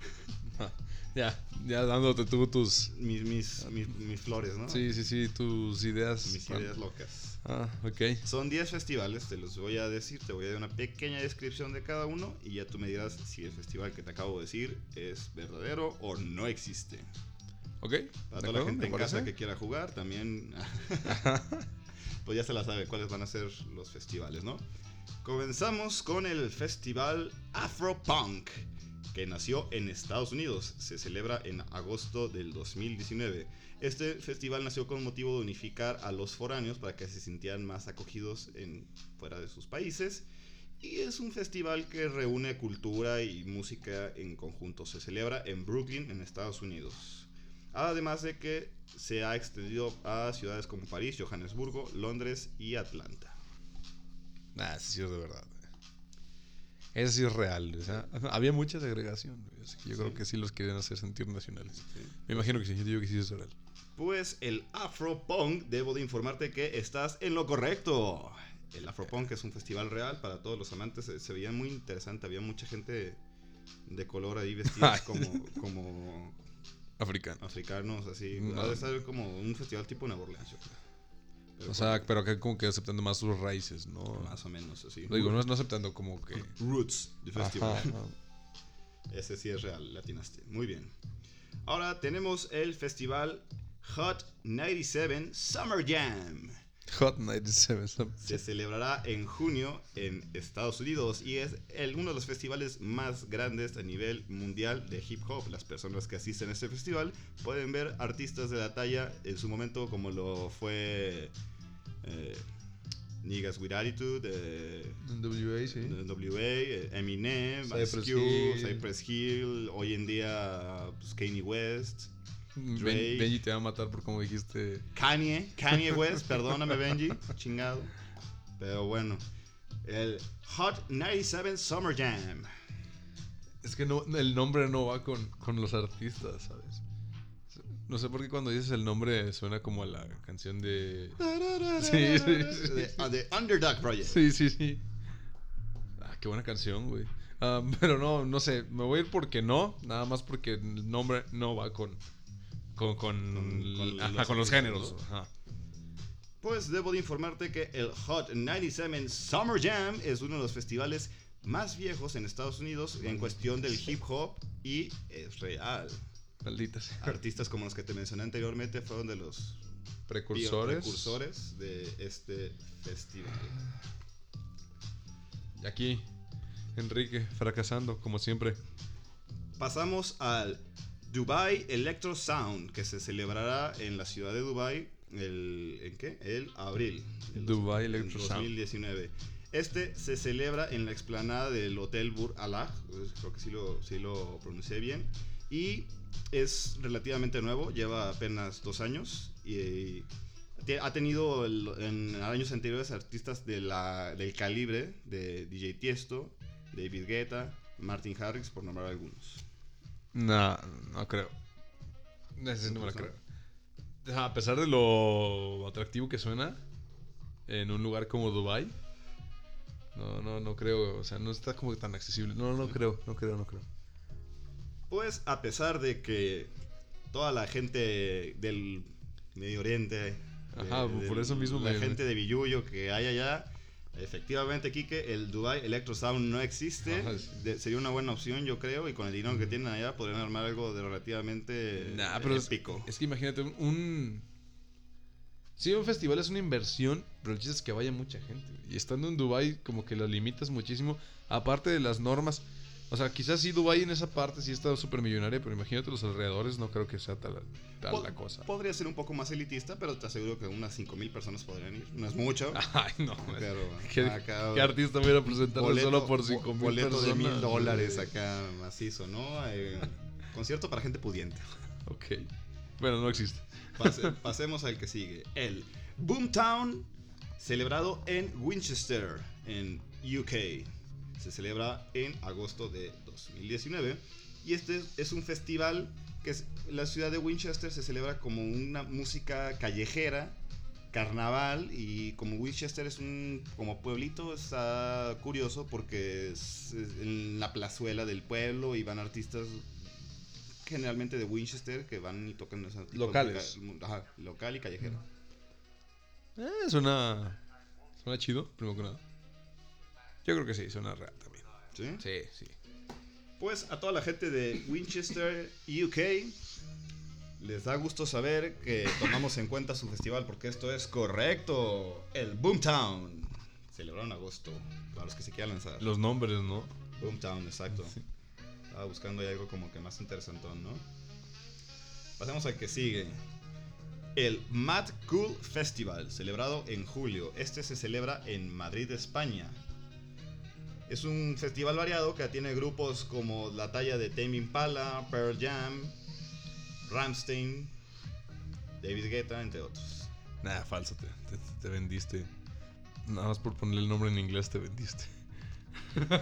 ja, ya, ya dándote tú tus. Mis, mis, mis, mis flores, ¿no? Sí, sí, sí, tus ideas. Mis ideas locas. Ah, ok. Son 10 festivales, te los voy a decir, te voy a dar una pequeña descripción de cada uno y ya tú me dirás si el festival que te acabo de decir es verdadero o no existe. Ok. ¿de Para toda la acuerdo? gente ¿Me en casa parece? que quiera jugar, también. pues ya se la sabe cuáles van a ser los festivales, ¿no? Comenzamos con el festival Afropunk, que nació en Estados Unidos. Se celebra en agosto del 2019. Este festival nació con motivo de unificar a los foráneos para que se sintieran más acogidos en, fuera de sus países. Y es un festival que reúne cultura y música en conjunto. Se celebra en Brooklyn, en Estados Unidos. Además de que se ha extendido a ciudades como París, Johannesburgo, Londres y Atlanta. Nah, sí, sí, es de verdad. güey. Eso sí es real. o sea, había mucha segregación. güey, así que yo creo que sí los querían hacer sentir nacionales. Me imagino que sí, yo digo que sí es real. Pues el Afropunk, debo de informarte que estás en lo correcto. El Afropunk es un festival real para todos los amantes. Eh, Se, se veía muy interesante, había mucha gente de color ahí vestidos Ay. como, como Africano. africanos, así. No. Ha de ser como un festival tipo Nueva Orleans, yo creo. Pero O sea, pero acá como que aceptando más sus raíces, ¿no? bueno, más o menos así. Digo, no, no aceptando como que... Roots de festival. Ajá, ajá. Ese sí es real, latinaste. Muy bien. Ahora tenemos el festival Hot 97 Summer Jam. Hot 97. Se celebrará en junio en Estados Unidos y es el, uno de los festivales más grandes a nivel mundial de hip hop. Las personas que asisten a este festival pueden ver artistas de la talla en su momento como lo fue eh, Niggas With Attitude, eh, NWA, sí. NWA, eh, Eminem, Ice Cypress Cube, Hill. Cypress Hill, hoy en día pues, Kanye West, Drake. Ben- Benji te va a matar por como dijiste... Kanye, Kanye West, perdóname Benji, chingado. Pero bueno, el Hot 97 Summer Jam. Es que no, el nombre no va con, con los artistas, ¿sabes? No sé por qué cuando dices el nombre suena como a la canción de... Sí, sí, sí. De, ah, de Underdog Project. Sí, sí, sí. Ah, qué buena canción, güey. Ah, pero no, no sé, me voy a ir porque no, nada más porque el nombre no va con... Con, con, Con- con ajá, los con artistas, los géneros. ¿no? ajá. Pues debo de informarte que el Hot 97 Summer Jam es uno de los festivales más viejos en Estados Unidos en cuestión del hip hop y es real. Maldita sea. Artistas como los que te mencioné anteriormente fueron de los Precursores. precursores de este festival. Y aquí, Enrique, fracasando, como siempre. Pasamos al Dubai Electro Sound, que se celebrará en la ciudad de Dubai el ¿en qué? El abril. del Dubai Electro del Sound. 2019. Este se celebra en la explanada del Hotel Bur Alag, pues, creo que sí lo, sí lo pronuncié bien, y es relativamente nuevo, lleva apenas dos años, y te- ha tenido el- en años anteriores artistas de la- del calibre de DJ Tiesto, David Guetta, Martin Harris, por nombrar algunos. No, no creo. No, sí, no me la creo. A pesar de lo atractivo que suena en un lugar como Dubai, no, no, no creo. O sea, no está como que tan accesible. No, no creo, no creo, no creo. Pues a pesar de que toda la gente del Medio Oriente, de- Ajá, del- por eso mismo la me- gente de Billuyo que hay allá, efectivamente, Quique, el Dubai Electro Sound no existe. Ajá, sí. De- sería una buena opción, yo creo, y con el dinero que tienen allá podrían armar algo de relativamente Nah, pero es- épico. Es que imagínate un- un. Sí, un festival es una inversión, pero el chiste es que vaya mucha gente. Y estando en Dubai como que lo limitas muchísimo, aparte de las normas. O sea, quizás sí Dubai en esa parte sí está súper millonaria, pero imagínate los alrededores, no creo que sea tal, tal Po- la cosa. Podría ser un poco más elitista, pero te aseguro que unas 5.000 personas podrían ir. No es mucho, Ay, no. pero Ah, pues, ¿Qué, acá- qué artista me iba a presentar Boleto- solo por bo- 5 mil boleto personas? de mil dólares güey? acá macizo, ¿no? Eh, concierto para gente pudiente. Ok. Bueno, no existe. Pase- pasemos al que sigue. El Boomtown, celebrado en Winchester, en UK. Se celebra en agosto de 2019. Y este es un festival que es- la ciudad de Winchester se celebra como una música callejera, carnaval. Y como Winchester es un como pueblito, está curioso porque es es en la plazuela del pueblo y van artistas generalmente de Winchester que van y tocan ese tipo de Locales. música, ajá, local y callejero. Eh, suena. Suena chido, primero que nada. Yo creo que sí, suena real también. ¿sí? Sí, sí. Pues a toda la gente de Winchester, UK, les da gusto saber que tomamos en cuenta su festival porque esto es correcto. El Boomtown. Celebrado en agosto, para los que se quieran lanzar. Los nombres, ¿no? Boomtown, exacto. Estaba buscando ahí algo como que más interesantón, ¿no? Pasemos al que sigue. El Mad Cool Festival, celebrado en julio. Este se celebra en Madrid, España. Es un festival variado que tiene grupos como la talla de Tame Impala, Pearl Jam, Ramstein, David Guetta, entre otros. Nah, falso, te, te- te vendiste. Nada más por ponerle el nombre en inglés te vendiste. Pues,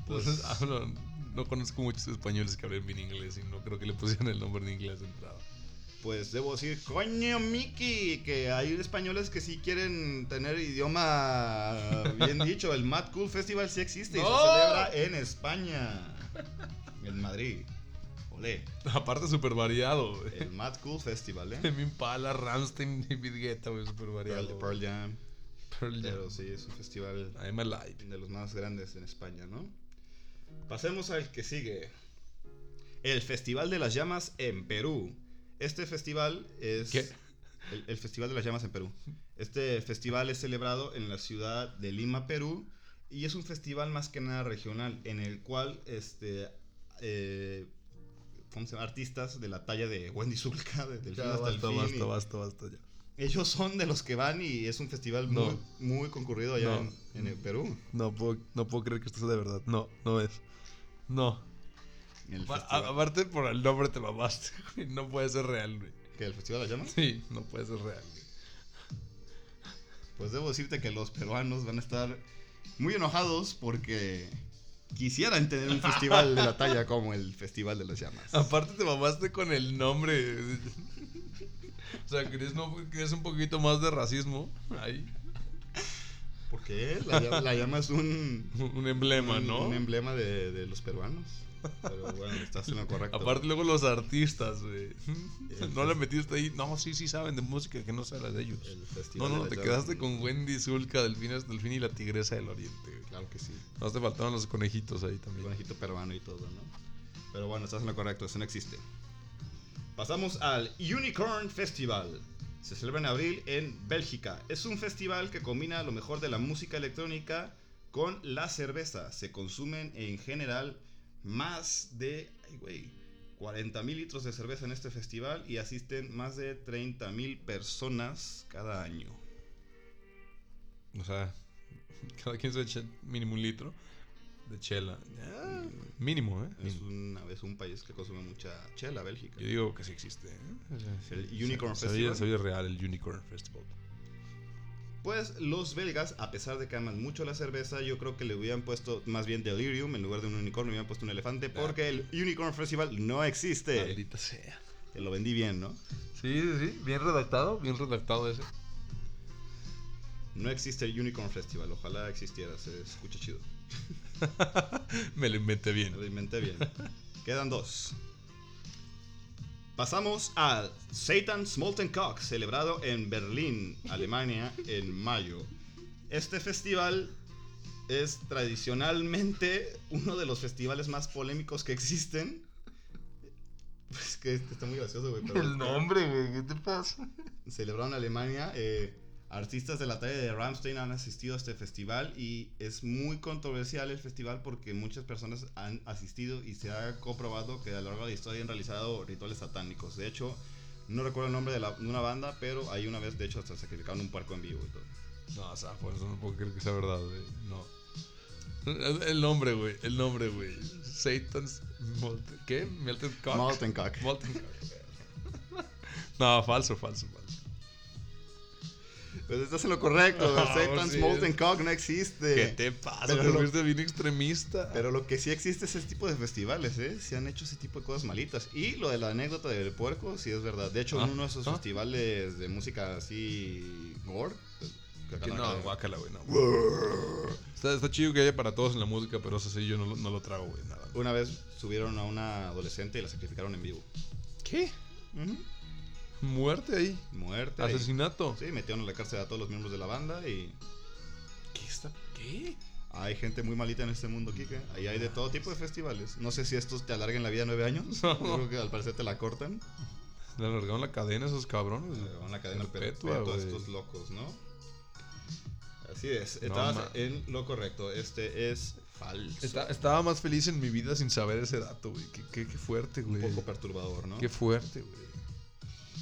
Entonces, hablo- Pues, ah, no conozco muchos españoles que hablen bien inglés y no creo que le pusieran el nombre en inglés de entrada. Pues debo decir, coño, Mickey, que hay españoles que sí quieren tener idioma bien dicho. El Mad Cool Festival sí existe y ¡No! se celebra en España, en Madrid. Olé, Aparte, súper variado, güey. el Mad Cool Festival, ¿eh? Tame Impala, Ramstein, David Guetta, güey, súper Pearl, variado. Pearl Jam, Pearl Jam. pero sí, es un festival I'm alive. de los más grandes en España, ¿no? Pasemos al que sigue. El Festival de las Llamas en Perú. Este festival es... ¿Qué? El, el Festival de las Llamas en Perú. Este festival es celebrado en la ciudad de Lima, Perú, y es un festival más que nada regional, en el cual este, eh, ¿cómo se llama? artistas de la talla de Wendy Zulka, de Delfín hasta el fin, y basta, basta, ya. ellos son de los que van y es un festival No. muy, muy concurrido allá No. en- en el Perú. No puedo, no puedo creer que esto sea de verdad. No, no es. No. El Pa- festival- a- Aparte, por el nombre te mamaste. güey. No puede ser real, güey. ¿Que el Festival de las Llamas? Sí, no puede ser real. güey. Pues debo decirte que los peruanos van a estar muy enojados porque quisieran tener un festival de la talla como el Festival de las Llamas. Aparte, te mamaste con el nombre. güey. O sea, ¿crees, no, crees un poquito más de racismo? Ahí. Porque la, lla- la llama es un, Un emblema, un- em- ¿no? un emblema de, de los peruanos. Pero bueno, estás en lo correcto. Aparte luego los artistas, güey. No le metiste ahí. No, sí, sí saben de música, que no sea la de ellos. El No, Festival de no, las te Llamas. quedaste con Wendy Zulka, Delfines Delfín y la Tigresa del Oriente. güey. Claro que sí. No te faltaron los conejitos ahí El también. conejito peruano y todo, ¿no? Pero bueno, estás en lo correcto, eso no existe. Pasamos al Unicorn Festival. Se celebra en abril en Bélgica. Es un festival que combina lo mejor de la música electrónica con la cerveza. Se consumen en general más de ay, güey, 40 mil litros de cerveza en este festival y asisten más de 30 mil personas cada año. O sea, cada quien se echa mínimo un litro de chela. Ah, mínimo, ¿eh? Es Mínimo. un, es un país que consume mucha chela, Bélgica. Yo digo que sí existe. ¿eh? O sea, sí. El Unicorn Se- se Festival. oye- Se oye real el Unicorn Festival. Pues los belgas, a pesar de que aman mucho la cerveza, yo creo que le hubieran puesto más bien delirium en lugar de un unicornio, hubieran puesto un elefante, porque el Unicorn Festival no existe. Maldita sea. Te lo vendí bien, ¿no? Sí, sí, sí. Bien redactado, bien redactado ese. No existe el Unicorn Festival, ojalá existiera, se escucha chido. Me lo inventé Me bien. lo inventé bien. Quedan dos. Pasamos al Satan's Molten Cock, celebrado en Berlín, Alemania, en mayo. Este festival es tradicionalmente uno de los festivales más polémicos que existen. Es que está muy gracioso, güey. pero- güey, ¿qué te pasa? celebrado en Alemania. eh, artistas de la talla de Rammstein han asistido a este festival y es muy controversial el festival porque muchas personas han asistido y se ha comprobado que a lo largo de la historia han realizado rituales satánicos. De hecho, no recuerdo el nombre de, la- de una banda, pero ahí una vez, de hecho, hasta sacrificaron un puerco en vivo y todo. No, o sea, por eso no puedo creer que sea verdad, güey. No. El nombre, güey. El nombre, güey. Satan's Molten. ¿Qué? Melted Cock. Molten Cock. Molten Cock. No, falso, falso, falso. Pues estás en lo correcto, el Ah, Satan's sí. Molten Cock no existe. ¿Qué te pasa? Pero te lo- fuiste bien extremista. Pero lo que sí existe es ese tipo de festivales, ¿eh? Se han hecho ese tipo de cosas malitas. Y lo de la anécdota del puerco, sí es verdad. De hecho, Ah, en uno de esos ah. festivales de música así gore, pues, que Que acá no, no- guácala, güey. No. Está, está chido que haya para todos en la música, pero eso sí, yo no, lo- no lo trago, güey. Nada. una vez subieron a una adolescente y la sacrificaron en vivo. ¿Qué? Muerte ahí. Ah, Muerte. y- Asesinato. Sí, metieron en la cárcel a todos los miembros de la banda y ¿Qué está? ¿Qué? hay gente muy malita en este mundo, Kike. Ahí hay de todo tipo de festivales. No sé si estos te alarguen la vida nueve años. No. Yo creo que al parecer te la cortan. Le alargaron la cadena a esos cabrones. Eh, Una cadena Perpetua, perpetua, a güey. estos locos, ¿no? Así es, estabas ma- en lo correcto. Este es falso. Está- estaba más feliz en mi vida sin saber ese dato, güey. Qué, qué- qué fuerte, un güey. poco perturbador, ¿no? Qué fuerte, güey.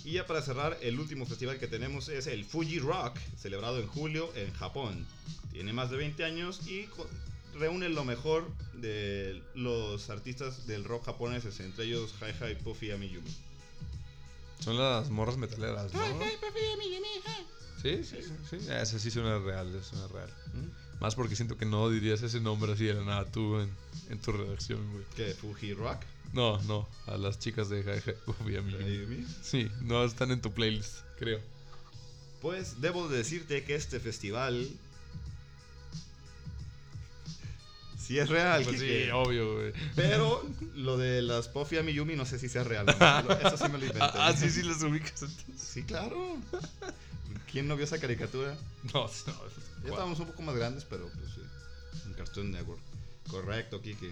Y ya para cerrar, el último festival que tenemos es el Fuji Rock, celebrado en julio en Japón. Tiene más de 20 años y co- reúne lo mejor de los artistas del rock japoneses, entre ellos Hi-Hi, Puffy y Amiyumi. Son las morras metaleras, ¿no? Sí, sí, sí. sí. Ese sí suena real, ese suena real. ¿Mm? Más porque siento que no dirías ese nombre así de la nada tú en, en tu redacción, güey. ¿Qué? ¿Fuji Rock? No, no, a las chicas de Hi-Hi, obviamente. Ayumi. Sí, no están en tu playlist, creo. Pues debo de decirte que este festival. Sí es real. Pues Kike. sí, obvio, güey. Pero lo de las Puffy a Miyumi no sé si sea real. ¿no? Eso sí me lo inventé. Ah, ah, sí, sí, las ubicas. entonces. Sí, claro. ¿Quién no vio esa caricatura? No, no. eso es- Ya estábamos un poco más grandes, pero pues sí. En Cartoon Network. Correcto, Kike.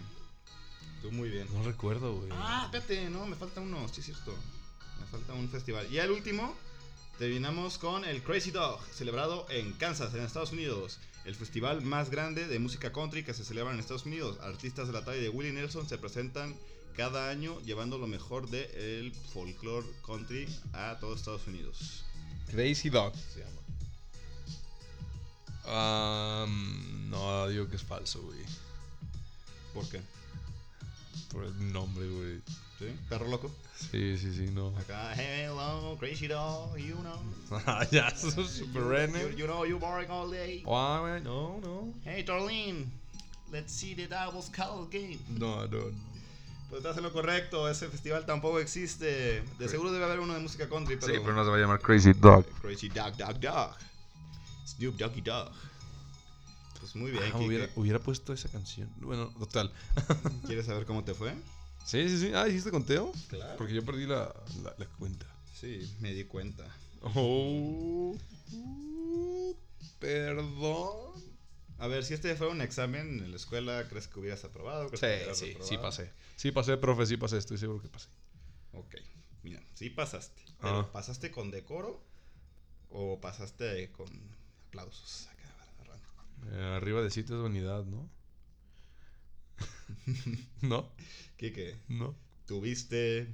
Tú muy bien. No recuerdo, güey. Ah, espérate, no, me falta uno, sí es cierto. Me falta un festival. Y al último, terminamos con el Crazy Dog, celebrado en Kansas, en Estados Unidos. El festival más grande de música country que se celebra en Estados Unidos. Artistas de la talla de Willie Nelson se presentan cada año llevando lo mejor del folklore country a todo Estados Unidos. Crazy Dog se llama. Ah, mm, no, digo que es falso, güey. ¿Por qué? Por el nombre, güey. ¿Sí? ¿Perro loco? Sí, sí, sí, no. Acá, hello, Crazy Dog, you know. Ah, ya, eso es super You, random. you know, you bark all day. Ah, güey, no, no. Hey, Darlene, let's see the Devil's Call game. No, no. Pues estás en lo correcto, ese festival tampoco existe. De seguro debe haber uno de música country, pero. Eh, se va a llamar Crazy Dog. Crazy Dog Dog Dog. Snoop Doggy Dog. Pues muy bien, Ah, Kike. hubiera, hubiera puesto esa canción. Bueno, total. ¿Quieres saber cómo te fue? sí, sí, sí. Ah, ¿hiciste conteo? Claro. Porque yo perdí la, la, la cuenta. Sí, me di cuenta. Oh. uh, Perdón. A ver, si este fuera un examen en la escuela, ¿crees que hubieras aprobado? ¿Crees Sí, que hubieras sí, sí reprobado? pasé. Sí pasé, profe, sí pasé. Estoy seguro que pasé. Ok, mira, sí pasaste. Pero Ah. ¿pasaste con decoro o pasaste con aplausos? Acá, agarrando. Eh, arriba de sitio es vanidad, ¿no? no, Kike, no. Tuviste.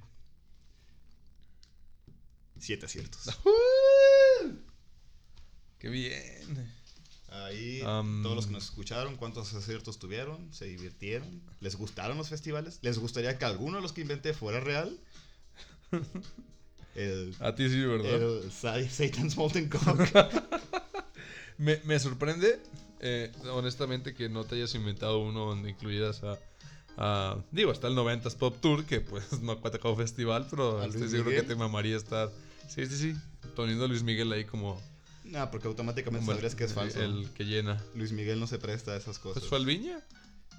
Siete aciertos. ¡Qué bien! Ahí, Am. todos los que nos escucharon, ¿cuántos aciertos tuvieron? ¿Se divirtieron? ¿Les gustaron los festivales? ¿Les gustaría que alguno de los que inventé fuera real? El, A ti sí, ¿verdad? el Sa- Satan's Molten Cock. Me, me sorprende, eh, honestamente, que no te hayas inventado uno donde incluyeras a... a- digo, está el 90s Pop Tour, que pues no cuenta como festival, pero ¿A estoy Luis seguro Miguel? que te mamaría estar... Sí, sí, sí. Poniendo a Luis Miguel ahí como... no, porque automáticamente como el- sabrías que es falso. El que llena. Luis Miguel no se presta a esas cosas. Pues fue al Viña.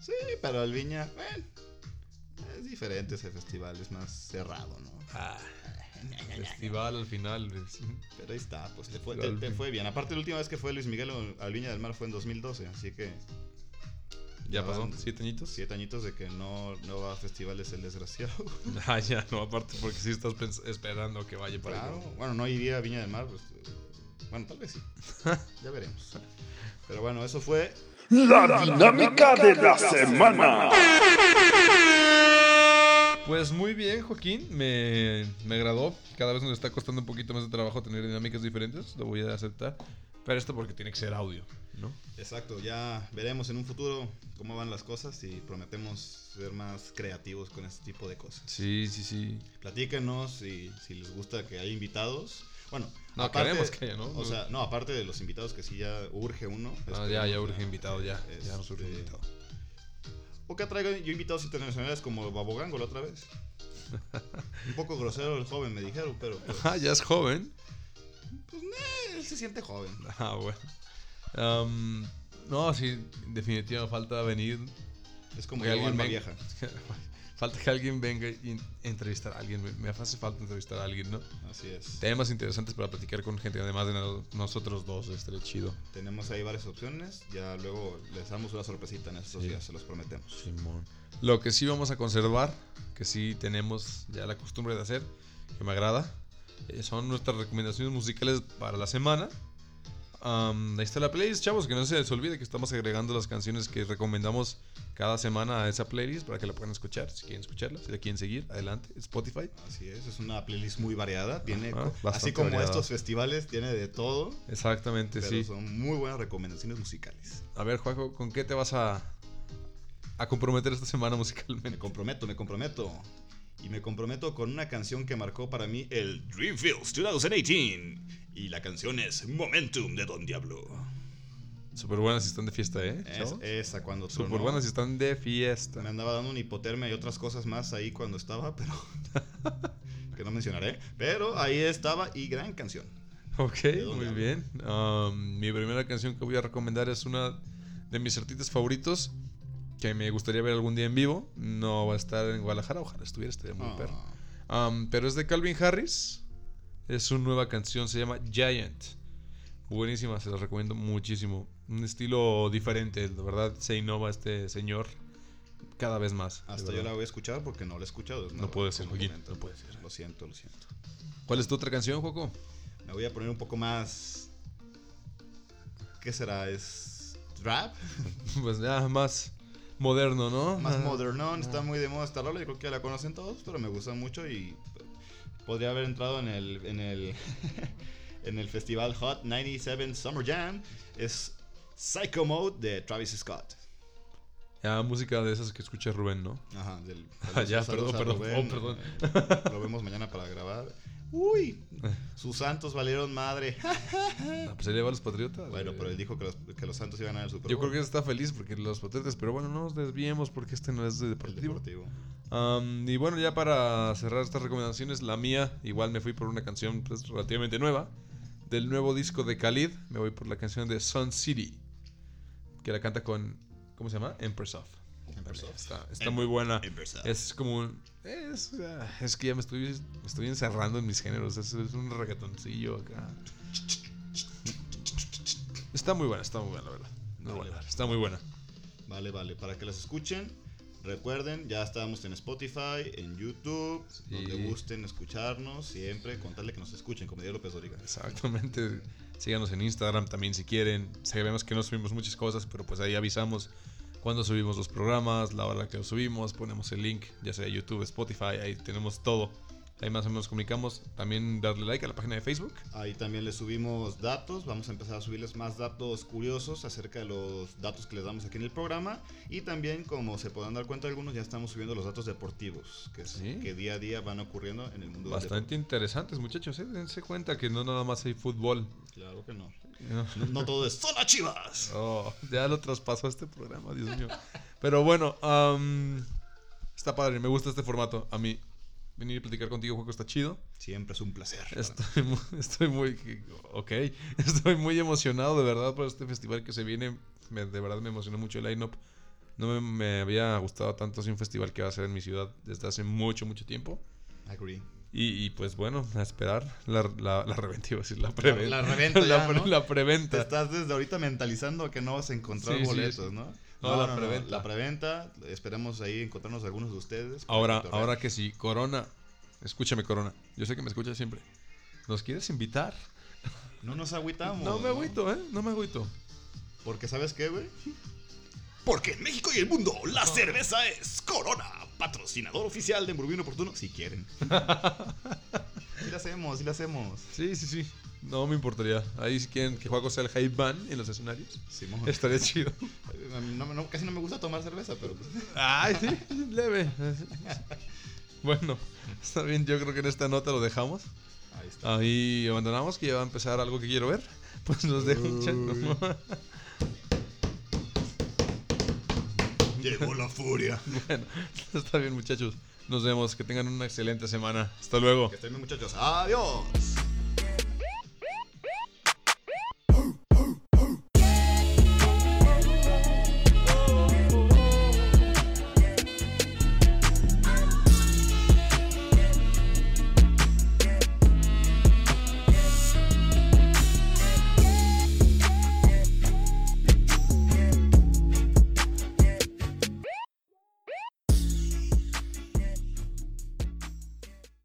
Sí, pero Alviña, bueno, es diferente ese festival, es más cerrado, ¿no? Ah, festival al final. pues. Pero ahí está, pues te fue, te- te fue bien. Aparte, la última vez que fue Luis Miguel al Viña del Mar fue en 2012, así que Ya Ya pasó, van siete añitos. siete añitos de que no, no va a festivales el desgraciado. Ah, ya, no, aparte porque sí estás pens- esperando que vaya para Claro, allá. bueno, no iría a Viña del Mar, pues. eh, Bueno, tal vez sí. Ya veremos. Pero bueno, eso fue La dinámica de la semana. Pues muy bien, Joaquín, me, me agradó. Cada vez nos está costando un poquito más de trabajo tener dinámicas diferentes, lo voy a aceptar. Pero esto porque tiene que ser audio, ¿no? Exacto, ya veremos en un futuro cómo van las cosas y prometemos ser más creativos con este tipo de cosas. Sí, sí, sí. Platíquenos si, si les gusta que haya invitados. Bueno, No, queremos que haya, ¿no? O sea, no, aparte de los invitados que sí ya urge uno. Ah, ya, ya esperemos, urge invitado, ya. Ya nos urge este, invitado. O que traiga yo invitados internacionales como Babogango la otra vez. Un poco grosero el joven, me dijeron, pero pues, Ah, ya es joven. pues, nah, él se siente joven. Ah, bueno. Am, no, sí, definitivamente falta venir. Es como que que alguien alguien venga. vieja. Falta que alguien venga y entrevistar a alguien. Me- Me hace falta entrevistar a alguien, ¿no? Así es. Temas interesantes para platicar con gente, además de no- nosotros dos, estaría chido. Tenemos ahí varias opciones. Ya luego les damos una sorpresita en estos Sí. días, se los prometemos. Lo que sí vamos a conservar, que sí tenemos ya la costumbre de hacer, que me agrada, eh, son nuestras recomendaciones musicales para la semana. Am, ahí está la playlist, chavos, que no se les olvide que estamos agregando las canciones que recomendamos cada semana a esa playlist para que la puedan escuchar, si quieren escucharla, si la quieren seguir, adelante, Spotify. Así es, es una playlist muy variada. Tiene, Ajá, co- así bastante como variada. estos festivales, tiene de todo. Exactamente, Pero sí. son muy buenas recomendaciones musicales. A ver, Juanjo, ¿con qué te vas a, a comprometer esta semana Me musicalmente? comprometo, me comprometo. Y me comprometo con una canción que marcó para mí el Dreamfields 2018. Y la canción es Momentum de Don Diablo. Súper buenas si están de fiesta, ¿eh? Es- chavos? esa cuando tronó. Súper buenas si están de fiesta. Me andaba dando una hipotermia y otras cosas más ahí cuando estaba, pero. que no mencionaré. Pero ahí estaba y gran canción. Ok, dónde muy hablo? bien. Um, mi primera canción que voy a recomendar es una de mis artistas favoritos que me gustaría ver algún día en vivo. No va a estar en Guadalajara, ojalá estuviera, estaría muy Ah, perro. Um, pero es de Calvin Harris. Es su nueva canción, se llama Giant. Buenísima, se la recomiendo muchísimo. Un estilo diferente, la verdad, se innova este señor cada vez más. de hasta yo la verdad. voy a escuchar porque no la he escuchado. es No nueva puede por ser, el Joaquín, momento. no puede ser. Lo siento, lo siento. ¿Cuál es tu otra canción, Juaco? Me voy a poner un poco más. ¿Qué será? ¿Es trap? pues nada, más moderno, ¿no? Más Ah, modernón, está muy de moda esta rola, yo creo que ya la conocen todos, pero me gusta mucho y podría haber entrado en el en el en el festival Hot 97 Summer Jam es Psycho Mode de Travis Scott. Ya, música de esas que escucha Rubén, ¿no? Ajá, del Ah, ya, saludos perdón, a perdón, Rubén, oh, perdón. eh, lo vemos mañana para grabar. Uy, sus santos valieron madre. Ah, pues él le va a los Patriotas. Bueno, güey. pero él dijo que los, que los santos iban a ganar el Super Yo creo Bowl, que está feliz porque los Patriotas, pero bueno, no nos desviemos porque este no es de el deportivo. deportivo. Am, y bueno, ya para cerrar estas recomendaciones, la mía, igual me fui por una canción pues, relativamente nueva. Del nuevo disco de Khalid, me voy por la canción de Sun City, que la canta con, ¿cómo se llama? Empress of. Empress of. Pues, Está, está muy buena. Empress of. Es como un... Es, ah, es que ya me estoy, me estoy encerrando en mis géneros. Es, es un reggaetoncillo acá. Está muy buena, está muy buena, la verdad. Muy Vale, buena, vale. Está muy buena. Vale, vale. Para que las escuchen, recuerden, ya estamos en Spotify, en YouTube, donde gusten escucharnos, siempre contarle que nos escuchen, como diría López Dóriga. Exactamente. Síganos en Instagram también si quieren. Sabemos que no subimos muchas cosas, pero pues ahí avisamos cuando subimos los programas, la hora que los subimos, ponemos el link, ya sea YouTube, Spotify, ahí tenemos todo. Ahí más o menos comunicamos. También darle like a la página de Facebook. Ahí también les subimos datos, vamos a empezar a subirles más datos curiosos acerca de los datos que les damos aquí en el programa y también como se podrán dar cuenta algunos ya estamos subiendo los datos deportivos que, es- Sí. que día a día van ocurriendo en el mundo del Bastante interesantes, muchachos. ¿eh? Dense cuenta que no nada más hay fútbol. deporte. Claro que no. No. No, no todo es zona chivas. Oh, ya lo traspasó este programa, Dios mío. Pero bueno, am, está padre, me gusta este formato. A mí, venir y platicar contigo, Juego, está chido. Siempre es un placer. Estoy muy, estoy muy, ok, estoy muy emocionado de verdad por este festival que se viene. Me- de verdad me emocionó mucho el line-up. No me, me había gustado tanto así un festival que va a ser en mi ciudad desde hace mucho, mucho tiempo. Agree. Y, y, pues bueno, a esperar la, la, la reventa, iba a decir, la la preventa. reventa ya, la, pre- ¿no? la Te preventa. estás desde ahorita mentalizando que no vas a encontrar Sí, sí, boletos, sí. ¿no? No, la preventa. La preventa. Esperamos ahí encontrarnos algunos de ustedes. para Ahora, cotorrear. ahora que sí, Corona, escúchame Corona, yo sé que me escuchas siempre. ¿Nos quieres invitar? No nos agüitamos. No me agüito, ¿eh? No me agüito. Porque ¿sabes qué, güey? Porque en México y el mundo la cerveza es Corona, patrocinador oficial de Murvino Oportuno. Si quieren. sí la hacemos, sí la hacemos. Sí, sí, sí. No me importaría. Ahí si quieren que Juaco sea el hype man en los escenarios. Simón. Estaría chido. No, no, casi no me gusta tomar cerveza, pero pues, Ay, sí, leve. Bueno, está bien, yo creo que en esta nota lo dejamos. ahí está. Ahí abandonamos, que ya va a empezar algo que quiero ver. Pues nos dejo un chat. Llegó la furia. Bueno, está bien muchachos. Nos vemos, que tengan una excelente semana. Hasta luego. Que estén bien, muchachos. Adiós.